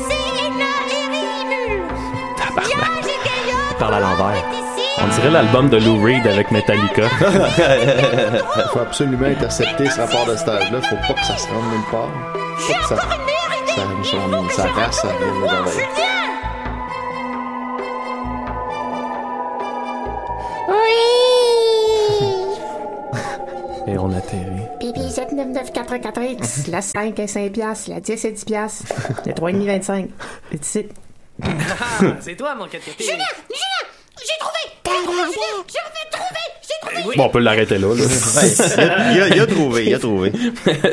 Speaker 17: na, et rimul. Yage
Speaker 4: l'envers.
Speaker 3: On dirait l'album de Lou Reed avec Metallica.
Speaker 5: faut absolument intercepter ce rapport de stage-là. Faut pas que ça se rende nulle part. Faut que ça, ça, ça, ça reste, ça vienne nous envahir.
Speaker 6: Oui!
Speaker 3: Et on atterrit.
Speaker 6: Bibi 79944X, la 5 est 5 piastres, la 10 est 10 piastres, la 3,5 25. Et tu sais.
Speaker 18: C'est toi, mon quatre
Speaker 19: Julien! Julien! J'ai trouvé! J'ai trouvé, Julien! J'ai trouvé! J'ai trouvé!
Speaker 3: Bon, on peut l'arrêter là. là.
Speaker 2: Il a- il a trouvé, il a trouvé.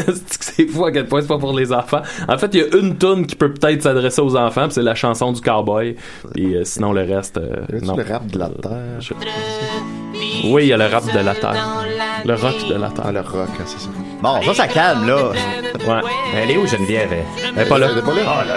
Speaker 3: C'est-tu que c'est fou à quel point c'est pas pour les enfants. En fait, il y a une tune qui peut peut-être s'adresser aux enfants, puis c'est la chanson du cowboy. Et euh, sinon, le reste. euh, non.
Speaker 5: le rap de la terre.
Speaker 3: Oui, il y a le rap de la terre. Le rock hein, de la terre.
Speaker 5: le rock, c'est ça.
Speaker 2: Bon, ça, ça calme, là.
Speaker 3: Ouais.
Speaker 8: Elle est où, Geneviève? Elle,
Speaker 2: est pas là.
Speaker 5: Elle est pas euh, là.
Speaker 8: Oh là là.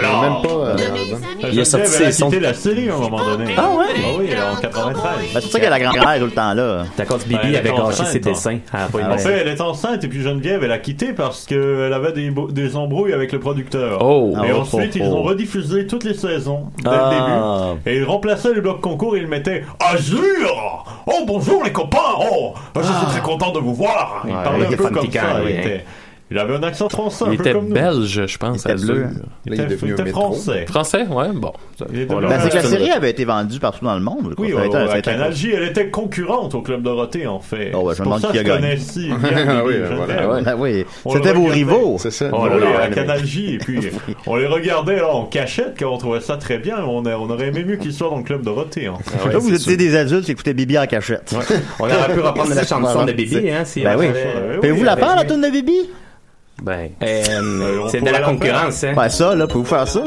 Speaker 5: Elle est même
Speaker 8: pas.
Speaker 7: Il a sorti ses sons. la série à un moment donné.
Speaker 2: Ah ouais?
Speaker 7: Ah oui, en 93.
Speaker 2: Ben, c'est pour ça qu'elle a la grand-mère tout le temps là.
Speaker 8: T'as contre
Speaker 7: Ben, elle
Speaker 8: Bibi avait
Speaker 7: est
Speaker 8: gâché
Speaker 7: enceinte,
Speaker 8: ses
Speaker 7: hein.
Speaker 8: dessins. Elle a pas eu de
Speaker 7: En fait,
Speaker 8: dessins.
Speaker 7: elle est enceinte et puis Geneviève, elle a quitté parce qu'elle avait des, bo- des embrouilles avec le producteur.
Speaker 3: Oh.
Speaker 7: et
Speaker 3: Oh,
Speaker 7: ensuite,
Speaker 3: oh,
Speaker 7: ils ont
Speaker 3: oh.
Speaker 7: rediffusé toutes les saisons dès
Speaker 3: Ah.
Speaker 7: le début. Et ils remplaçaient le bloc concours et ils mettaient Azur Oh bonjour les copains Oh Je suis très content de vous voir Il
Speaker 3: Ah. Ouais,
Speaker 7: parlait un
Speaker 3: il
Speaker 7: peu
Speaker 3: était
Speaker 7: comme
Speaker 3: fantique,
Speaker 7: ça.
Speaker 3: hein,
Speaker 7: il,
Speaker 3: oui,
Speaker 7: était- il avait un accent français, un
Speaker 3: Il
Speaker 7: peu
Speaker 3: était
Speaker 7: comme nous.
Speaker 3: belge, je pense,
Speaker 7: Il était
Speaker 3: à l'heure.
Speaker 7: bleu. Il était- il était français.
Speaker 3: Français, ouais, bon.
Speaker 7: devenu-
Speaker 2: Ben, c'est que la série avait été vendue partout dans le monde. je crois.
Speaker 7: Oui,
Speaker 2: Ça a été-
Speaker 7: au-
Speaker 2: ça a
Speaker 7: à
Speaker 2: été-
Speaker 7: Canal J, elle était concurrente au Club Dorothée, en fait.
Speaker 2: Oh, ouais, je
Speaker 7: C'est
Speaker 2: me
Speaker 7: pour
Speaker 2: demande
Speaker 7: ça
Speaker 2: qui a
Speaker 7: que je
Speaker 2: gagné.
Speaker 7: connais si bien
Speaker 2: Ah oui,
Speaker 7: Bibi, je
Speaker 2: voilà.
Speaker 7: l'aime.
Speaker 2: Ben oui.
Speaker 7: On
Speaker 2: C'était
Speaker 7: le
Speaker 2: vos
Speaker 7: regardait.
Speaker 2: rivaux.
Speaker 5: C'est ça.
Speaker 7: Oh là
Speaker 2: Oui,
Speaker 7: là, à
Speaker 2: oui.
Speaker 7: Canal J, et puis on les regardait là en cachette quand on trouvait ça très bien. On, a- on aurait aimé mieux qu'ils soient dans le club Dorothée. Hein.
Speaker 2: Là, Ah, vous étiez des adultes qui écoutaient Bibi en cachette.
Speaker 7: On aurait pu reprendre la chanson de
Speaker 8: Bibi, hein, si
Speaker 2: ben
Speaker 8: on
Speaker 2: oui.
Speaker 8: savait.
Speaker 2: Pouvez-vous
Speaker 8: Oui,
Speaker 2: la
Speaker 8: avec
Speaker 2: faire, la
Speaker 8: lui.
Speaker 2: tourne de Bibi?
Speaker 3: Ben,
Speaker 8: euh, c'est de la concurrence, hein.
Speaker 2: Ben ça, là, pouvez-vous faire ça?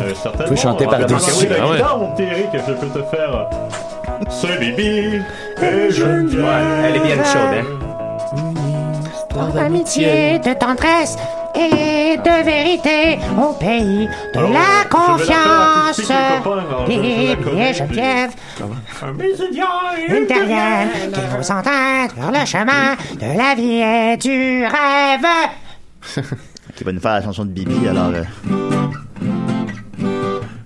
Speaker 7: Euh, certainement.
Speaker 2: Vous chanter par
Speaker 7: Ah,
Speaker 2: dessus.
Speaker 7: oui, la
Speaker 2: Ah ouais.
Speaker 7: guitare, mon petit Eric, je peux te faire. euh, Ce Bibi et je
Speaker 8: Elle est bien chaude,
Speaker 2: hein.
Speaker 6: Tant d'amitié, de tendresse et de vérité au pays de
Speaker 7: Alors, euh, je
Speaker 6: la
Speaker 7: vais la faire
Speaker 6: confiance.
Speaker 7: artistique, les copains, alors, je- je la
Speaker 6: Bibi
Speaker 7: connais,
Speaker 6: et Geneviève, une
Speaker 7: Une
Speaker 6: terrienne qui vous entraîne sur le chemin de la vie et du rêve.
Speaker 2: Tu vas nous faire la chanson de Bibi, alors. euh,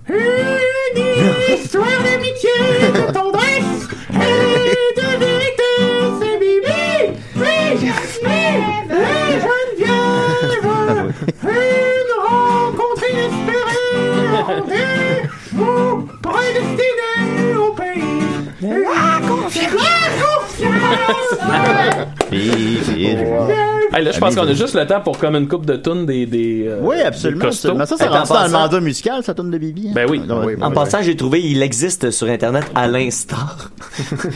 Speaker 6: Une histoire d'amitié, de tendresse et de vérité, c'est Bibi et Jasmine et Geneviève. Une rencontre inespérée rendez-vous prédestinée au pays de la confiance. La confiance.
Speaker 3: Hey, là, je pense qu'on a juste le temps pour comme une coupe de tunes des. des euh,
Speaker 2: Oui,
Speaker 3: des
Speaker 2: absolument.
Speaker 3: costauds.
Speaker 2: absolument. Ça, ça
Speaker 4: Attends,
Speaker 2: rentre dans le
Speaker 4: passant-
Speaker 2: mandat musical, ça tourne de Bibi. hein?
Speaker 3: Ben oui.
Speaker 2: Non,
Speaker 4: En passant, j'ai trouvé, il existe sur Internet à l'instar.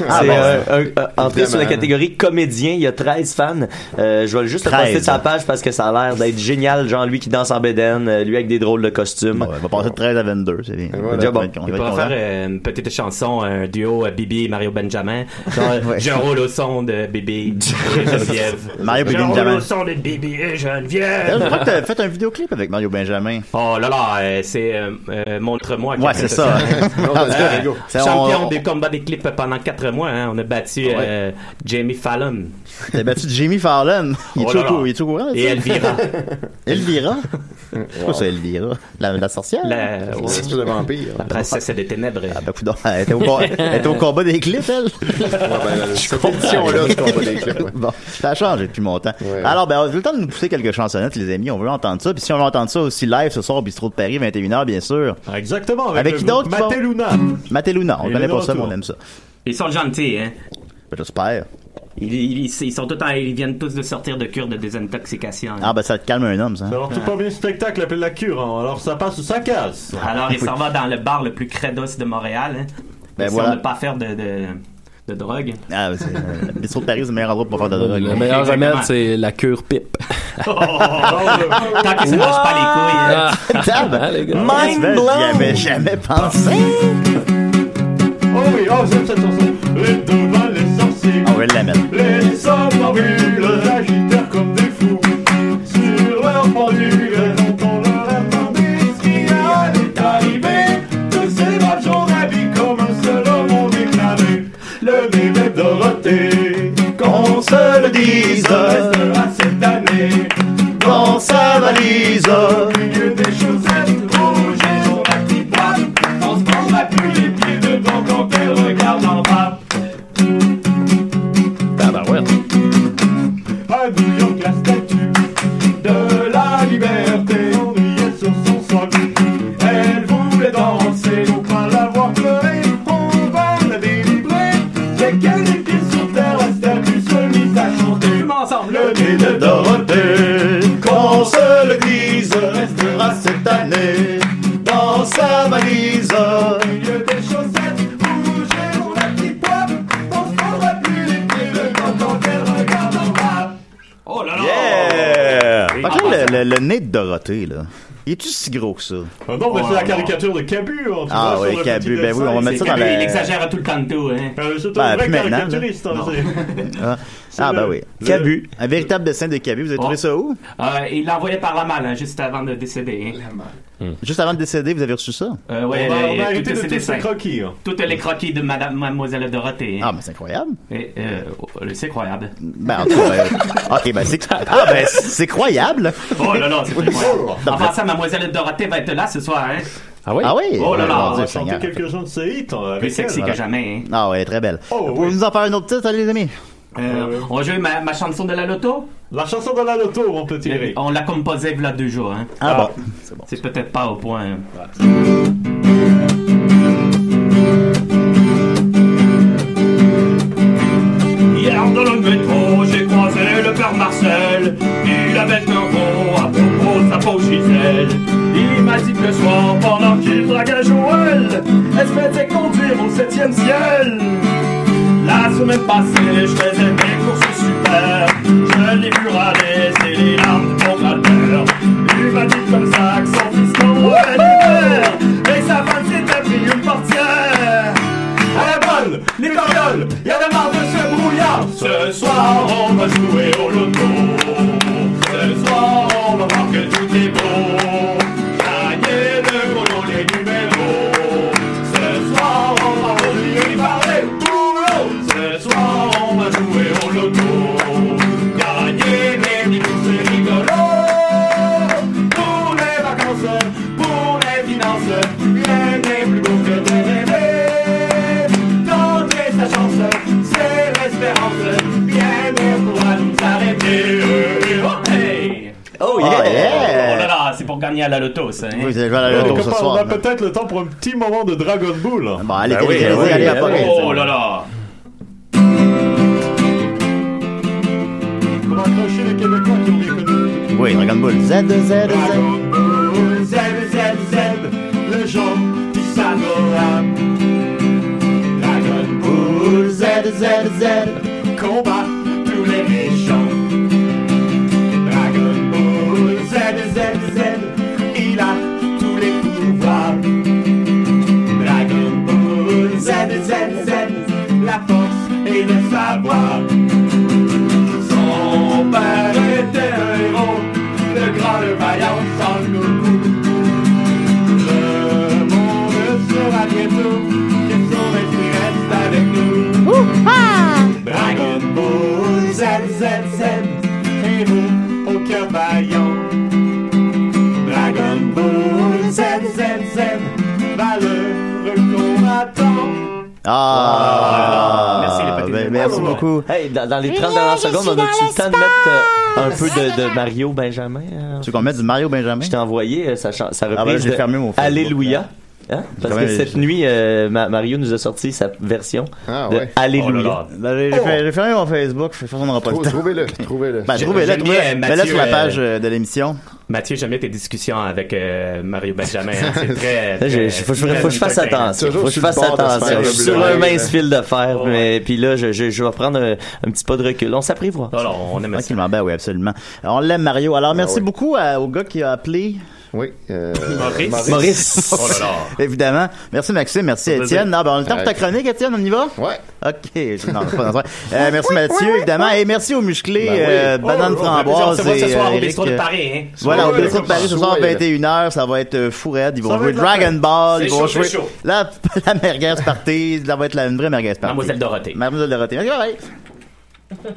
Speaker 2: Ah,
Speaker 4: c'est
Speaker 2: bon.
Speaker 4: euh, un- un- entré sur la
Speaker 2: Évidemment.
Speaker 4: catégorie comédien, il y a 13 fans. Euh, je vais juste le
Speaker 2: 13.
Speaker 4: poster de sa page parce que ça a l'air d'être génial. Genre lui qui danse en bédaine, euh, lui avec des drôles de costumes.
Speaker 2: On va passer de 13 à 22, c'est bien.
Speaker 4: Déjà bon.
Speaker 2: On
Speaker 8: Il
Speaker 2: va être
Speaker 8: pourra faire
Speaker 2: content.
Speaker 8: euh, une petite chanson, un duo euh, Bibi et Mario Benjamin. Genre,
Speaker 2: Ouais.
Speaker 8: J'ai un rôle au son de Bibi et Geneviève.
Speaker 2: Mario
Speaker 8: J'ai un
Speaker 2: Benjamin.
Speaker 8: rôle au son de Bibi et
Speaker 2: D'ailleurs, Je crois que
Speaker 8: Geneviève.
Speaker 2: t'as fait un vidéoclip avec Mario Benjamin.
Speaker 8: Oh là là, euh, c'est euh, euh, montre-moi.
Speaker 2: Ouais,
Speaker 8: quelque
Speaker 2: c'est
Speaker 8: chose.
Speaker 2: ça.
Speaker 8: Euh,
Speaker 2: C'est- on-
Speaker 8: champion
Speaker 2: on-
Speaker 8: des combats des clips pendant quatre mois, hein. on a battu euh, Jamie Fallon.
Speaker 2: T'as battu Jimmy Fallon. Il est
Speaker 8: Oh
Speaker 2: tout
Speaker 8: là
Speaker 2: au cou-
Speaker 8: là.
Speaker 2: il est tout au courant.
Speaker 8: Et
Speaker 2: ça?
Speaker 8: Elvira.
Speaker 2: Elvira? C'est quoi ça, Elvira? La, la sorcière?
Speaker 8: La- ouais.
Speaker 5: C'est de vampire.
Speaker 8: La princesse des ténèbres.
Speaker 2: Ah, ben, coudonc, elle, était au com- elle était au combat des clips, elle?
Speaker 5: Cette édition-là, je comprends les clips. ouais.
Speaker 2: Bon, ça a changé depuis mon temps. Alors, ben, j'ai le temps de nous pousser quelques chansonnettes, les amis. On veut entendre ça. Puis si on veut entendre ça aussi live ce soir au Bistrot de Paris, 21h, bien sûr.
Speaker 7: Exactement. Avec,
Speaker 2: Avec
Speaker 7: le
Speaker 2: qui d'autre?
Speaker 7: groupe Matélouna.
Speaker 2: Matélouna. On
Speaker 8: Et
Speaker 2: connaît
Speaker 8: le
Speaker 2: pas ça, mais
Speaker 8: retour.
Speaker 2: on aime ça.
Speaker 8: Ils sont gentils, hein.
Speaker 2: Ben, J'espère.
Speaker 20: Ils, ils- ils sont tout en- ils viennent tous de sortir de cure de désintoxication. hein.
Speaker 2: Ah, ben, ça te calme un homme, ça.
Speaker 7: Alors, tout premier spectacle appelle la cure. hein. Alors, ça passe ou ça casse.
Speaker 20: Alors, ils s'en vont dans le bar le plus credos de Montréal. Hein,
Speaker 2: Ben
Speaker 20: Ils
Speaker 2: voilà.
Speaker 20: ne pas faire de, de, de drogue.
Speaker 2: Ah, ben, c'est- euh, le Bistrot de Paris, c'est le meilleur endroit pour faire de la drogue.
Speaker 3: Le meilleur
Speaker 20: Exactement.
Speaker 3: remède, c'est la cure pipe.
Speaker 2: Tá
Speaker 20: Tant que ça ne mange pas les couilles. hein.
Speaker 3: Ah.
Speaker 2: Tab,
Speaker 20: gars.
Speaker 2: Mind blown. J'y avais jamais pensé.
Speaker 7: Oh oui, oh, j'aime
Speaker 6: tá
Speaker 7: cette chanson. Les
Speaker 6: Então,
Speaker 7: devins, les sorciers.
Speaker 2: On va l'amener.
Speaker 7: Les somnambules agitèrent comme des fous Sur leur pendule dont on leur a tendu Ce qui est arrivé Tous ces marchands habits comme un seul homme ont déclaré Le bébé Dorothée Qu'on se le dise Restera cette année Dans sa valise Au milieu des chaussettes rouges et sur la petite boîte On se prendra plus les pieds dedans Ah
Speaker 6: sa valise. Au milieu des chaussettes rouges et mon petit poids, on se prendra plus les pieds le temps quand elle regarde en bas. Oh là là!
Speaker 2: Yeah! Fait que là, le, le- le nez de Dorothée, là, il est-tu si gros que ça?
Speaker 7: Ah non, mais c'est la caricature de Cabu. hein, tu
Speaker 2: Ah
Speaker 7: vois,
Speaker 2: oui,
Speaker 7: sur le
Speaker 2: Cabu,
Speaker 7: petit
Speaker 2: ben oui, on va
Speaker 7: dessin.
Speaker 2: mettre ça dans
Speaker 21: Cabu,
Speaker 2: la-
Speaker 21: Il exagère à tout le temps de tout, hein.
Speaker 7: C'est
Speaker 2: Ben,
Speaker 7: un vrai
Speaker 2: plus maintenant, là.
Speaker 7: caricaturiste. hein,
Speaker 2: Non.
Speaker 7: c'est-
Speaker 2: Ah, ah,
Speaker 7: le-
Speaker 2: ben oui.
Speaker 7: le-
Speaker 2: Cabu, un véritable dessin de Cabu. Vous avez trouvé
Speaker 21: Oh.
Speaker 2: ça où?
Speaker 21: Euh, il l'a envoyé par la malle, hein, juste avant de décéder. hein.
Speaker 3: Hmm.
Speaker 2: Juste avant de décéder, vous avez reçu ça?
Speaker 21: Euh, ouais,
Speaker 7: On va- on va
Speaker 21: les-
Speaker 7: arrêter
Speaker 21: toutes
Speaker 7: de
Speaker 21: ces
Speaker 7: tous ces
Speaker 21: dessins.
Speaker 7: croquis, hein.
Speaker 21: Toutes les croquis de Madame Mademoiselle Dorothée. hein.
Speaker 2: Ah, mais c'est incroyable.
Speaker 21: Et, euh, oh, c'est incroyable.
Speaker 2: Ben, en tout cas, ben, ok, ben c'est... Ah, ben c'est c'est croyable!
Speaker 21: Oh là là, c'est très incroyable.
Speaker 2: Non,
Speaker 21: En
Speaker 2: mais-
Speaker 21: passant, Mademoiselle Dorothée va être là ce soir, hein.
Speaker 2: Ah oui? Ah oui?
Speaker 21: Oh là là,
Speaker 2: Mon
Speaker 21: on
Speaker 2: Dieu,
Speaker 21: va
Speaker 2: Seigneur.
Speaker 21: chanter
Speaker 7: quelques chose de ses hits.
Speaker 21: Plus
Speaker 7: hein, avec
Speaker 21: sexy
Speaker 7: elle.
Speaker 21: que jamais, hein.
Speaker 2: Ah ouais, très belle.
Speaker 7: Oh,
Speaker 2: Vous pouvez nous en faire une autre petite, allez, les amis?
Speaker 21: Euh, on joue ma, ma chanson de la loto
Speaker 7: La chanson de la loto, mon petit Eric.
Speaker 21: On l'a composée voilà deux jours. Hein.
Speaker 2: Ah bon,
Speaker 21: c'est peut-être pas au point. hein.
Speaker 6: Hier dans le métro, j'ai croisé le père Marcel. Il avait un gros à propos de sa pauvre Gisèle. Il m'a dit que le soir, pendant qu'il draguait Joël, elle se faisait conduire au septième ciel. La semaine passée, je faisais mes courses super. Je l'ai vu râler, c'est les larmes de mon grand-père. Il m'a dit comme ça que son fils m'envoie Et sa femme s'est appris une portière. À la bonne, les corioles, y'en a marre de ce brouillard. Ce soir, on va jouer au loto. Ce soir, on va voir que tout est beau. Gagner le colon, les numéros. Ce soir, on va lui parler boulot. Ce soir, on va jouer au loto. Gagner les minous, c'est rigolo. Pour les vacances, pour les finances, rien n'est plus beau que de rêver. Tenter sa chance, c'est l'espérance, rien ne pourra nous arrêter. Eh, eh, oh, hey.
Speaker 21: Oh
Speaker 2: yeah!
Speaker 21: Oh là là, c'est pour gagner à la loto, ça. hein.
Speaker 2: Oui, je vais à la
Speaker 7: Donc,
Speaker 2: loto ce
Speaker 7: on
Speaker 2: soir.
Speaker 7: a peut-être le temps pour un petit moment de Dragon Ball.
Speaker 2: Bon, allez,
Speaker 7: Ben oui,
Speaker 2: allez,
Speaker 7: ben oui,
Speaker 2: allez, allez,
Speaker 7: ben oui.
Speaker 2: apportez.
Speaker 21: Oh là là!
Speaker 7: Pour accrocher les Québécois qui ont bien connu.
Speaker 2: Oui, Dragon Ball Z, Z, Z.
Speaker 6: Z, Z, Z, le jour qui s'adora. Dragon Ball, Z, Z, Z, combat tous les méchants. Dragon Ball, Z, Z, Z, il a tous les pouvoirs. Dragon Ball, Z, Z, Z, la force et le savoir. Son père était un héros, le grand, le vaillant Sangoku. Le monde sera bientôt que son esprit reste avec nous. Dragon Ball Z, Z, Z, héros au cœur vaillant. Dragon Ball Z, Z, Z, valeureux combattant.
Speaker 21: Oh,
Speaker 2: Ah,
Speaker 4: Merci, les
Speaker 2: ben,
Speaker 4: petits
Speaker 2: merci
Speaker 4: animaux.
Speaker 2: beaucoup.
Speaker 4: Hey, dans, dans les 30
Speaker 2: Julien,
Speaker 4: dernières
Speaker 2: je
Speaker 4: secondes,
Speaker 2: suis
Speaker 4: on a-tu
Speaker 2: dans
Speaker 4: le temps de mettre euh, un peu de, de Mario Benjamin?
Speaker 2: Tu veux qu'on mette du Mario Benjamin?
Speaker 4: Je t'ai envoyé euh, sa, chan- sa reprise
Speaker 2: ben là, j'ai
Speaker 4: de
Speaker 2: fermé mon Facebook,
Speaker 4: Alléluia. Hein? Parce
Speaker 2: Quand
Speaker 4: que
Speaker 2: même,
Speaker 4: cette nuit, euh, Ma- Mario nous a sorti sa version de
Speaker 5: ouais.
Speaker 8: Oh
Speaker 4: Alléluia.
Speaker 2: Ah, Ben, j'ai- j'ai fait- j'ai fermé mon Facebook, je pense qu'on n'aura pas le temps.
Speaker 5: Trouvez-le, trouvez-le.
Speaker 2: Ben, trouvez-le,
Speaker 8: J'aime bien,
Speaker 2: trouvez-le.
Speaker 8: Mathieu,
Speaker 2: Mets-le sur la
Speaker 8: euh,
Speaker 2: page euh, de l'émission.
Speaker 8: Mathieu, j'aime bien tes discussions avec euh, Mario Benjamin. hein. C'est très.
Speaker 4: Là, j'ai- j'ai-
Speaker 8: très-
Speaker 4: faut, que je- faut que je fasse
Speaker 8: très-
Speaker 4: attention.
Speaker 8: Toujours
Speaker 4: Faut que je
Speaker 8: sur le
Speaker 4: fasse
Speaker 8: bord de se faire
Speaker 4: attention. Je suis sur
Speaker 8: un
Speaker 4: un
Speaker 8: bleu.
Speaker 4: mince fil de fer, mais puis là, je, je, je vais prendre un, un petit pas de recul. On s'apprivoit.
Speaker 8: on aime
Speaker 2: Tranquillement, ben oui, absolument. Alors, On l'aime, Mario. Alors, merci beaucoup à- au gars qui a appelé.
Speaker 5: Ah Oui. euh,
Speaker 2: Maurice.
Speaker 5: Maurice.
Speaker 2: Maurice.
Speaker 5: Oh là là.
Speaker 2: Évidemment. Merci, Maxime. Merci,
Speaker 5: Ça fait
Speaker 2: Étienne.
Speaker 5: plaisir.
Speaker 2: Non, ben, on a le temps pour ta
Speaker 5: Ouais.
Speaker 2: chronique, Étienne. On y va?
Speaker 5: Ouais.
Speaker 2: OK. Non, c'est pas dans- Euh, merci, Mathieu, évidemment. Et merci aux musclés,
Speaker 8: Ben oui.
Speaker 2: euh,
Speaker 8: Oh,
Speaker 2: Banane
Speaker 8: oh,
Speaker 2: Framboise.
Speaker 8: on va
Speaker 2: et,
Speaker 8: ce soir au
Speaker 2: euh,
Speaker 8: bistrot de
Speaker 2: Eric, euh,
Speaker 8: Paris, hein.
Speaker 2: Voilà, au
Speaker 8: Soyez
Speaker 2: bistrot de Paris ce soir, ben,
Speaker 8: là.
Speaker 2: 21h. Ça va être euh, fou raide. Ils
Speaker 8: Ça
Speaker 2: vont
Speaker 8: va
Speaker 2: jouer
Speaker 8: être la
Speaker 2: Dragon
Speaker 8: fête.
Speaker 2: Ball. Ils
Speaker 8: C'est
Speaker 2: vont
Speaker 8: chaud, c'est
Speaker 2: jouer
Speaker 8: chaud.
Speaker 2: la la merguez partie. Ça va être la- une vraie merguez partie.
Speaker 8: Mademoiselle Dorothée.
Speaker 2: Mademoiselle Dorothée. OK, ouais.